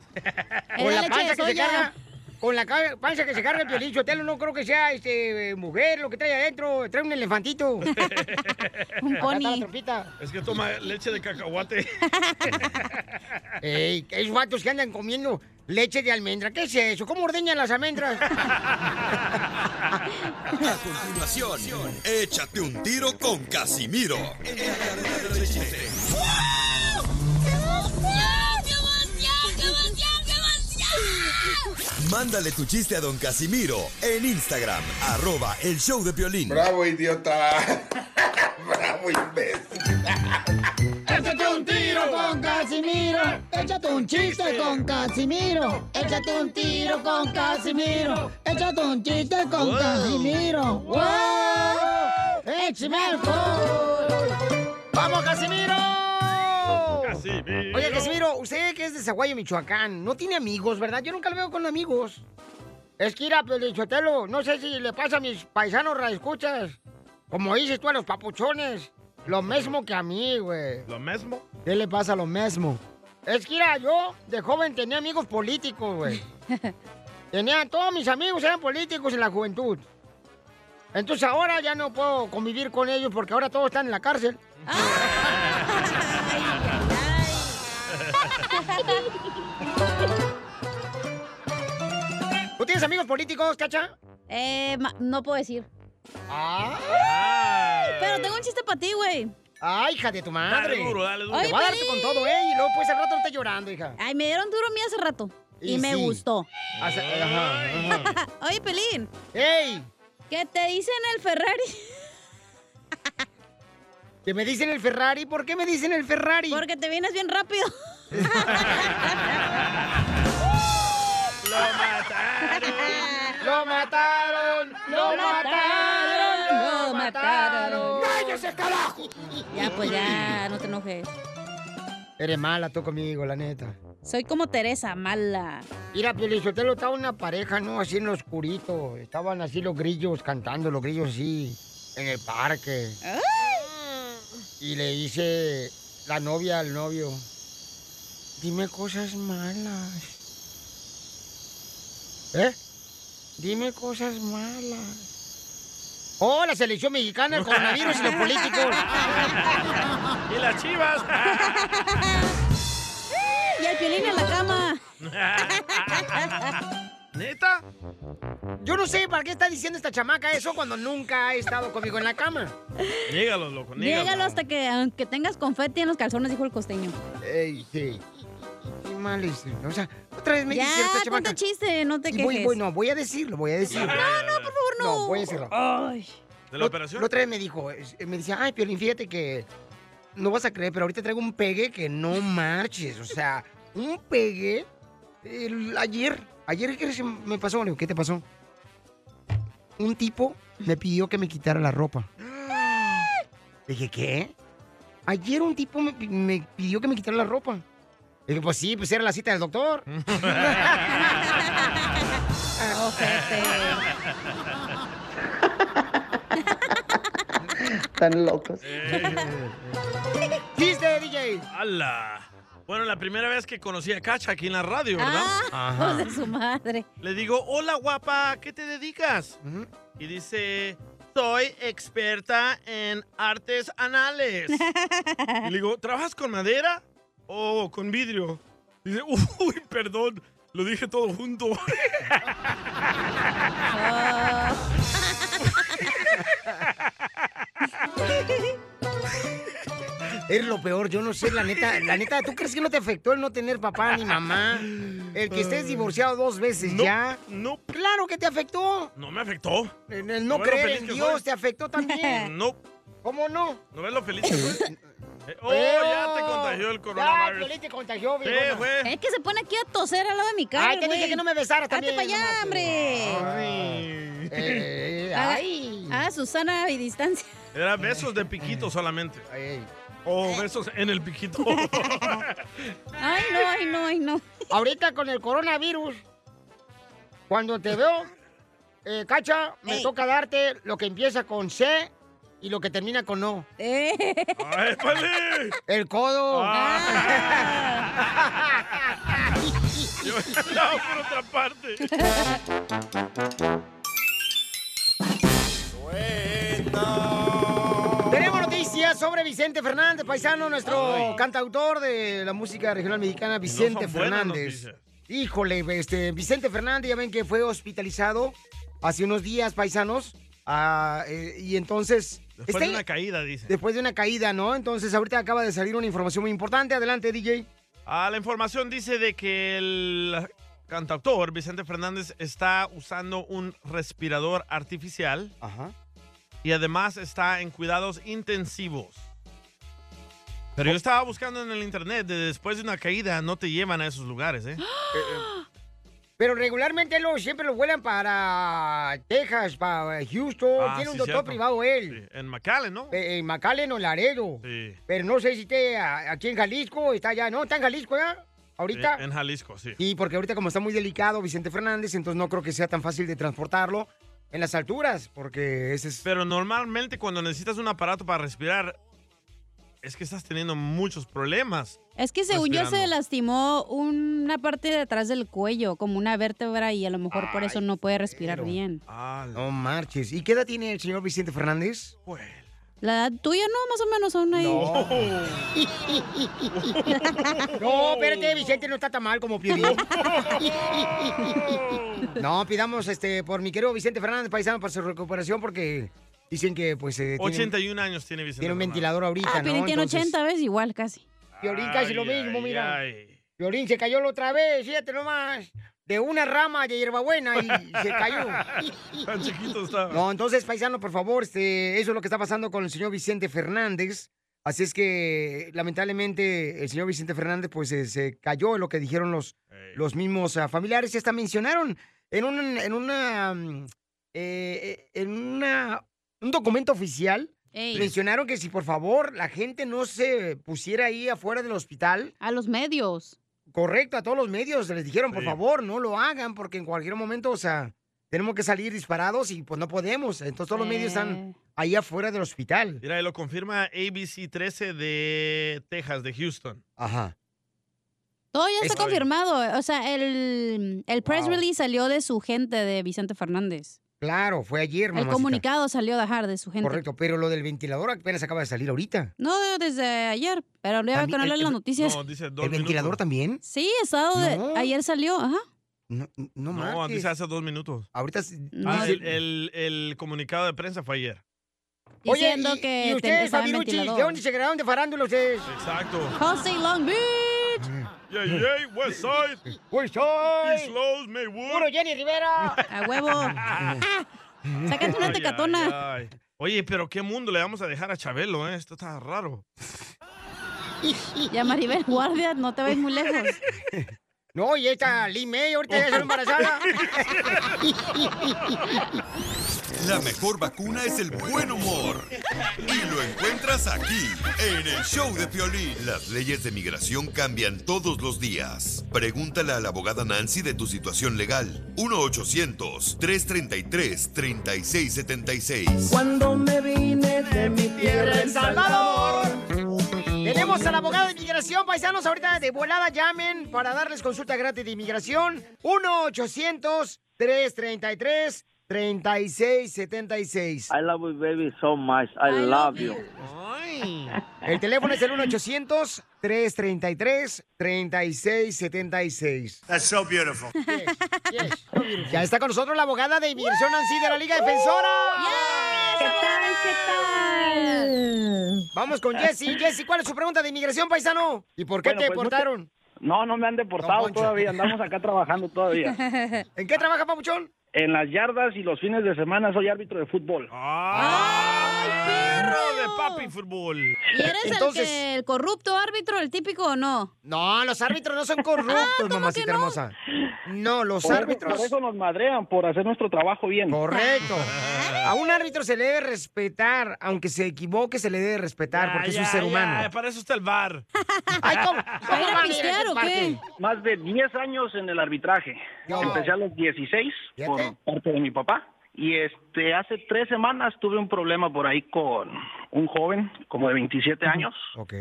Con la la leche panza de que se soya. carga. Con la ca- panza que se carga el Piolín Sotelo, no creo que sea este eh, mujer lo que trae adentro. Trae un elefantito. un pony. trompita. Es que toma leche de cacahuate. Ey, esos vatos que andan comiendo leche de almendra. ¿Qué es eso? ¿Cómo ordeñan las almendras? A continuación, échate un tiro con Casimiro. Mándale tu chiste a don Casimiro en Instagram, arroba el show de violín. Bravo, idiota. Bravo, Échate un tiro con Casimiro. Échate un chiste con Casimiro. Échate un tiro con Casimiro. Échate un chiste con Wow. Casimiro. ¡Wow! ¡Échame alcohol! ¡Vamos, Casimiro! Oye, Casimiro, usted que es de Zaguayo, Michoacán, no tiene amigos, ¿verdad? Yo nunca lo veo con amigos. Es que ir a Pelichotelo, no sé si le pasa a mis paisanos radioescuchas. Como dices tú a los papuchones, lo mismo que a mí, güey. ¿Lo mismo? ¿Qué le pasa a lo mismo? Es que era yo, de joven, tenía amigos políticos, güey. Tenía, todos mis amigos eran políticos en la juventud. Entonces ahora ya no puedo convivir con ellos porque ahora todos están en la cárcel. ¿Tienes amigos políticos, Cacha? Eh, ma- no puedo decir. ¡Ay! Pero tengo un chiste para ti, güey. ¡Ay, hija de tu madre! Dale duro, dale duro. Te voy a darte Oye, con Piolín. todo, ¿eh? Y luego pues al rato está llorando, hija. Ay, me dieron duro a mí hace rato. Y, Y me sí. gustó. Hace- ajá, ajá. Oye, Pelín. ¡Ey! ¿Qué te dicen el Ferrari? ¿Que me dicen el Ferrari? ¿Por qué me dicen el Ferrari? Porque te vienes bien rápido. ¡Lo mataron! ¡Lo mataron! ¡Lo mataron! ¡Cállese, carajo! Ya, pues ya, no te enojes. Eres mala tú conmigo, la neta. Soy como Teresa, mala. Mira, Piolizotelo, estaba una pareja, ¿no? Así en lo oscurito. Estaban así los grillos cantando, los grillos así, en el parque. Y le dice la novia al novio, dime cosas malas. ¿Eh? Dime cosas malas. ¡Oh, la selección mexicana, el coronavirus y los políticos! ¡Y las chivas! Y el Piolín en la cama. ¿Neta? Yo no sé para qué está diciendo esta chamaca eso cuando nunca ha estado conmigo en la cama. Niégalo, loco, niégalo. Llégalo hasta que aunque tengas confeti en los calzones, dijo el costeño. Ey, sí. Qué mal es, ¿no? O sea, otra vez me ya, dice esta chamaca. cuenta chiste, no te Y quejes. voy, voy, no, voy a decirlo, voy a decirlo. No, no, por favor, no. No, voy a decirlo. Ay. ¿De la operación? La otra vez me dijo, es- me decía, ay, Piolín, fíjate que no vas a creer, pero ahorita traigo un pegue que no marches. O sea, un pegue. el- ayer, ayer, ¿qué crees que me pasó? Le digo, ¿qué te pasó? Un tipo me pidió que me quitara la ropa. Le dije, ¿qué? Ayer un tipo me, me pidió que me quitara la ropa. Le dije, pues sí, pues era la cita del doctor. Están locos. Eh. ¡Chiste, DJ! ¡Hala! Bueno, la primera vez que conocí a Cacha aquí en la radio, ¿verdad? Hijos Ah, de su madre. Le digo, hola guapa, ¿qué te dedicas? Y dice, soy experta en artes anales. y le digo, ¿trabajas con madera o con vidrio? Dice, uy, perdón, lo dije todo junto. Es lo peor, yo no sé, la neta, la neta, ¿tú crees que no te afectó el no tener papá ni mamá? El que estés divorciado dos veces No, ya. No. Claro que te afectó. ¿No me afectó? El, el no No era creer feliz en que Dios soy. te afectó también. No, ¿Cómo no? ¿no ves lo feliz que soy? Eh, ¡Oh, ya te contagió el Ya, coronavirus! Piolín te contagió, Sí, viejona. güey. Es que se pone aquí a toser al lado de mi cara. Ay, te dije güey. que no me besaras también, Date para allá, nomás. Ah. hombre. Eh, Haga- ay. haga Susana y distancia. Era besos de piquito solamente. O besos en el piquito. Ay, no, ay, no, ay, no. Ahorita con el coronavirus, cuando te veo, eh, Cacha, me toca darte lo que empieza con C y lo que termina con O. Eh. ¡Ay, Piolín! El codo. Ah. Yo estaba por otra parte. Tenemos noticias sobre Vicente Fernández, paisano, nuestro cantautor de la música regional mexicana, Vicente buenas Fernández. noticias. Híjole, este, Vicente Fernández, ya ven que fue hospitalizado hace unos días, paisanos, ah, eh, y entonces... Después está- de una caída, dice. Después de una caída, ¿no? Entonces ahorita acaba de salir una información muy importante. Adelante, DJ. Ah, la información dice de que el cantautor Vicente Fernández está usando un respirador artificial y además está en cuidados intensivos. Pero yo estaba buscando en el internet de después de una caída no te llevan a esos lugares, ¿eh? Pero regularmente lo, siempre lo vuelan para Texas, para Houston. Ah, Tiene un sí, doctor cierto. privado él. En McAllen, ¿no? Eh, en McAllen o Laredo. Sí. Pero no sé si esté a- aquí en Jalisco, está allá. No, está en Jalisco, ¿ya? Ahorita. En Jalisco, sí. Y porque ahorita como está muy delicado Vicente Fernández, entonces no creo que sea tan fácil de transportarlo en las alturas, porque ese es... Pero normalmente cuando necesitas un aparato para respirar, es que estás teniendo muchos problemas. Es que según yo se respirando. lastimó una parte de atrás del cuello, como una vértebra, y a lo mejor por eso no puede respirar bien. No marches. ¿Y qué edad tiene el señor Vicente Fernández? La edad tuya, ¿no? Más o menos aún ahí. No, espérate, Vicente no está tan mal como Piolín. No, pidamos este por mi querido Vicente Fernández Paisano por su recuperación porque dicen que pues eh, tiene- 81 años tiene Vicente. tiene un Fernández. ventilador ahorita, Ah, ¿no? Piolín tiene Entonces, 80, ¿ves? Igual, casi. Piolín casi lo Ay, mismo, ay, mira. ay. Piolín se cayó la otra vez, fíjate nomás, de una rama de hierbabuena y se cayó. Tan chiquito estaba. No, entonces, paisano, por favor, este, eso es lo que está pasando con el señor Vicente Fernández. Así es que, lamentablemente, el señor Vicente Fernández, pues, eh, se cayó en lo que dijeron los, los mismos ah, familiares. Y hasta mencionaron en un, en una, mm, eh, eh, en una, un documento oficial, Ey. mencionaron que si, por favor, la gente no se pusiera ahí afuera del hospital. A los medios. Correcto, a todos los medios les dijeron, por Sí. favor, no lo hagan, porque en cualquier momento, o sea, tenemos que salir disparados y pues no podemos. Entonces todos los medios están ahí afuera del hospital. Mira, y lo confirma ABC 13 de Texas, de Houston. Ajá. Todo ya está Estoy. confirmado. O sea, el, el press Wow. release salió de su gente, de Vicente Fernández. Claro, fue ayer, El mamacita. comunicado salió de Ajar, de su gente. Correcto, pero lo del ventilador apenas acaba de salir ahorita. No, desde ayer, pero le iba a También- eh, ponerle el- en las el- noticias. ¿El ventilador también? Sí, estado de, No. ayer salió, ajá. No, no, No, marches. dice hace dos minutos. Ahorita. Ah, no. el, el- el comunicado de prensa fue ayer. Diciendo Oye, y- que y, te ustedes, empezaba el Fabiruchis, ¿de ventilador. dónde se grabaron de farándula ustedes? Exacto. Jose Long Beach. Yeah, yeah, West Side. West Side. East Los, Maywood. ¡Puro Jenny Rivera! A huevo. Sácate una Ay, tecatona. ay, ay. Oye, pero qué mundo le vamos a dejar a Chabelo, ¿eh? Esto está raro. Ya Maribel Guardia, no te vayas muy lejos. No, y esta Lee May ahorita ya se embarazada. La mejor vacuna es el buen humor. Y lo encuentras aquí, en el show de Piolín. Las leyes de migración cambian todos los días. Pregúntale a la abogada Nancy de tu situación legal. 1-800-333-3676. Cuando me vine de mi tierra, El Salvador. Tenemos al abogado de inmigración, paisanos. Ahorita de volada llamen para darles consulta gratis de inmigración. 1-800-333-3676. I love you, baby, so much. I, love you. El teléfono es el 1-800-333-3676. That's so beautiful. Ya está con nosotros la abogada de inmigración Nancy de la Liga Defensora. ¿Qué tal? ¿Qué tal? Vamos con Jessy. Jessy, ¿cuál es su pregunta de inmigración, paisano? ¿Y por qué Bueno, te pues, deportaron? No, no me han deportado Poncho. todavía. Andamos acá trabajando todavía. ¿En qué trabaja, Papuchón? En las yardas y los fines de semana soy árbitro de fútbol. Perro de papi fútbol. ¿Y eres el, Entonces- que, el corrupto árbitro, el típico o no? No, los árbitros Ah, no son corruptos, mamacita hermosa. No, los Por eso- árbitros. por eso nos madrean, por hacer nuestro trabajo bien. Correcto. A un árbitro se le debe respetar, aunque se equivoque, se le debe respetar, porque es un ya, ser ya, humano. Para eso está el bar. Ay, ¿cómo? ¿Cómo ir a van a ir pistear ese o parque? Más de 10 años en el arbitraje. Yo. Empecé a los 16 por parte de mi papá. Y este hace tres semanas tuve un problema por ahí con un joven, como de 27 años. Ok.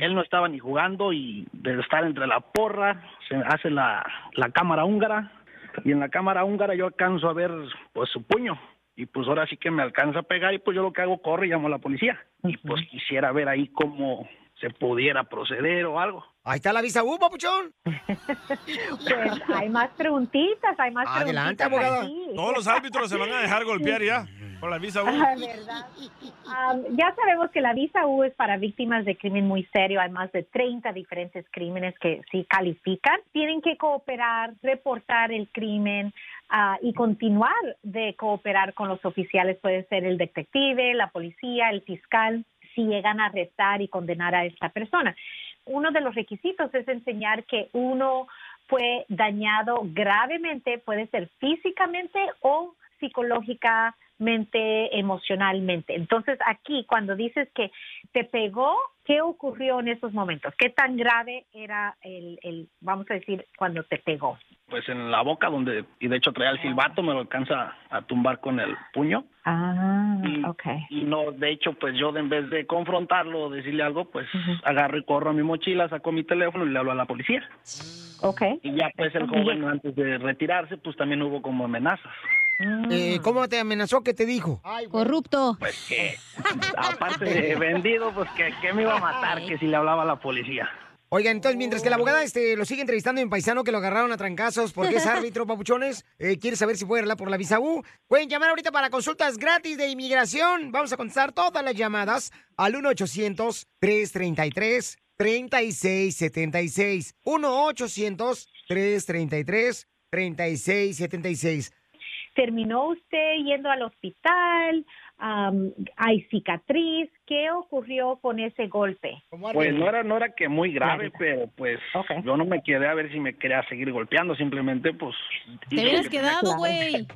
Él no estaba ni jugando y de estar entre la porra se hace la, la cámara húngara. Y en la cámara húngara yo alcanzo a ver pues su puño. Y pues ahora sí que me alcanza a pegar y pues yo lo que hago corro y llamo a la policía. Y pues quisiera ver ahí cómo se pudiera proceder o algo. Ahí está la visa U, papuchón. Pues hay más preguntitas, hay más Adelante, preguntitas. abogada. aquí. Todos los árbitros se van a dejar golpear ya. Por la visa U. Ah, ¿verdad? Am, ya sabemos que la visa U es para víctimas de crimen muy serio. Hay más de 30 diferentes crímenes que sí califican. Tienen que cooperar, reportar el crimen ah, y continuar de cooperar con los oficiales. Puede ser el detective, la policía, el fiscal, si llegan a arrestar y condenar a esta persona. Uno de los requisitos es enseñar que uno fue dañado gravemente, puede ser físicamente o psicológicamente, emocionalmente. Entonces, aquí cuando dices que te pegó, ¿qué ocurrió en esos momentos? ¿Qué tan grave era el, el vamos a decir, cuando te pegó? pues en la boca donde y de hecho traía Ah. el silbato me lo alcanza a tumbar con el puño Ah, y, y no de hecho pues yo de- en vez de confrontarlo o decirle algo pues agarro y corro a mi mochila saco mi teléfono y le hablo a la policía Ok. y ya pues el Bien. joven antes de retirarse pues también hubo como amenazas Eh, ¿Cómo te amenazó? ¿Qué te dijo? Corrupto. Pues que, aparte de vendido, pues que, que me iba a matar que si le hablaba a la policía. Oiga, entonces, mientras que la abogada este, lo sigue entrevistando en paisano que lo agarraron a trancazos porque es árbitro, papuchones, eh, quiere saber si puede arreglar por la visa U. Pueden llamar ahorita para consultas gratis de inmigración. Vamos a contestar todas las llamadas al 1-800-333-3676. 1-800-333-3676. ¿Terminó usted yendo al hospital? Am, ¿Hay cicatriz? ¿Qué ocurrió con ese golpe? Pues no era, no era que muy grave, pero pues yo no me quedé a ver si me quería seguir golpeando, simplemente pues... Te hubieras quedado, güey.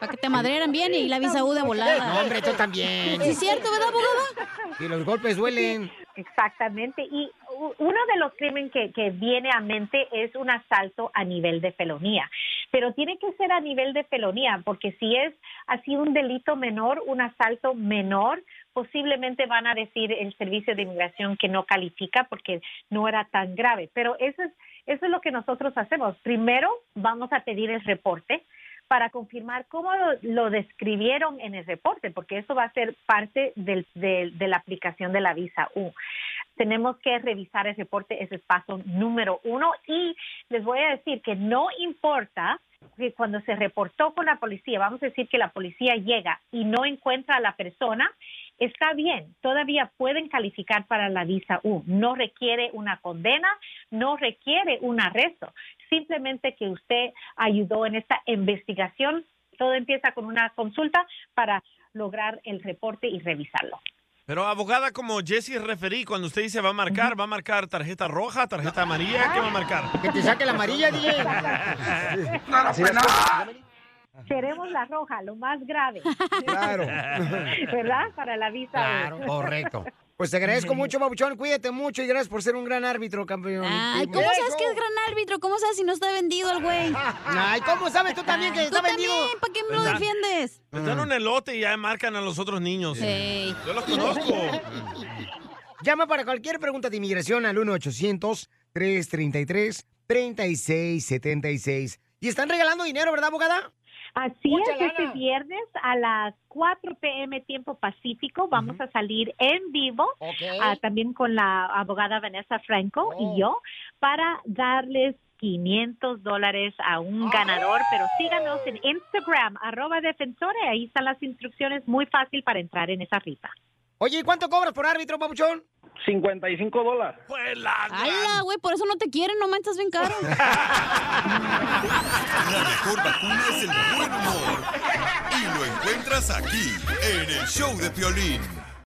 Para que te madrearan bien y la visa U de volada. No, hombre, tú también. Sí, es cierto, ¿verdad, abogada? Y los golpes duelen. Exactamente. Y u- uno de los crímenes que, que viene a mente es un asalto a nivel de felonía. Pero tiene que ser a nivel de felonía, porque si es así un delito menor, un asalto menor, posiblemente van a decir el servicio de inmigración que no califica porque no era tan grave. Pero eso es, eso es lo que nosotros hacemos. Primero vamos a pedir el reporte para confirmar cómo lo, lo describieron en el reporte, porque eso va a ser parte del- del- de la aplicación de la visa U. Tenemos que revisar el reporte, ese es paso número uno. Y les voy a decir que no importa que cuando se reportó con la policía, vamos a decir que la policía llega y no encuentra a la persona, está bien, todavía pueden calificar para la visa U. No requiere una condena, no requiere un arresto. Simplemente que usted ayudó en esta investigación. Todo empieza con una consulta para lograr el reporte y revisarlo. Pero abogada como Jesse referí, cuando usted dice va a marcar, ¿va a marcar tarjeta roja, tarjeta amarilla? ¿Qué va a marcar? Que te saque la amarilla, DJ. Así Pues es. Queremos la roja, lo más grave. Claro. ¿Verdad? Para la visa Claro, U. correcto. Pues te agradezco mucho, Babuchón. Cuídate mucho y gracias por ser un gran árbitro, campeón. Ay, ¿cómo sabes que es gran árbitro? ¿Cómo sabes si no está vendido el güey? Ay, ¿cómo sabes tú también que está vendido? también, ¿para qué me lo ¿Verdad? defiendes? Les dan un elote y ya marcan a los otros niños. Sí. Yo los conozco. Llama para cualquier pregunta de inmigración al 1-800-333-3676. Y están regalando dinero, ¿verdad, abogada? Así Mucha es, este lana. viernes a las 4 p.m. tiempo pacífico vamos a salir en vivo ah, también con la abogada Vanessa Franco Oh. y yo para darles 500 dólares a un Oh. ganador, pero síganos en Instagram, arroba defensores, ahí están las instrucciones, muy fácil para entrar en esa rifa. Oye, ¿y cuánto cobras por árbitro, Pues papuchón? 55 dólares. ¡Hala, güey! Por eso no te quieren, nomás estás bien caro. La mejor vacuna es el buen humor. Y lo encuentras aquí, en el show de Piolín.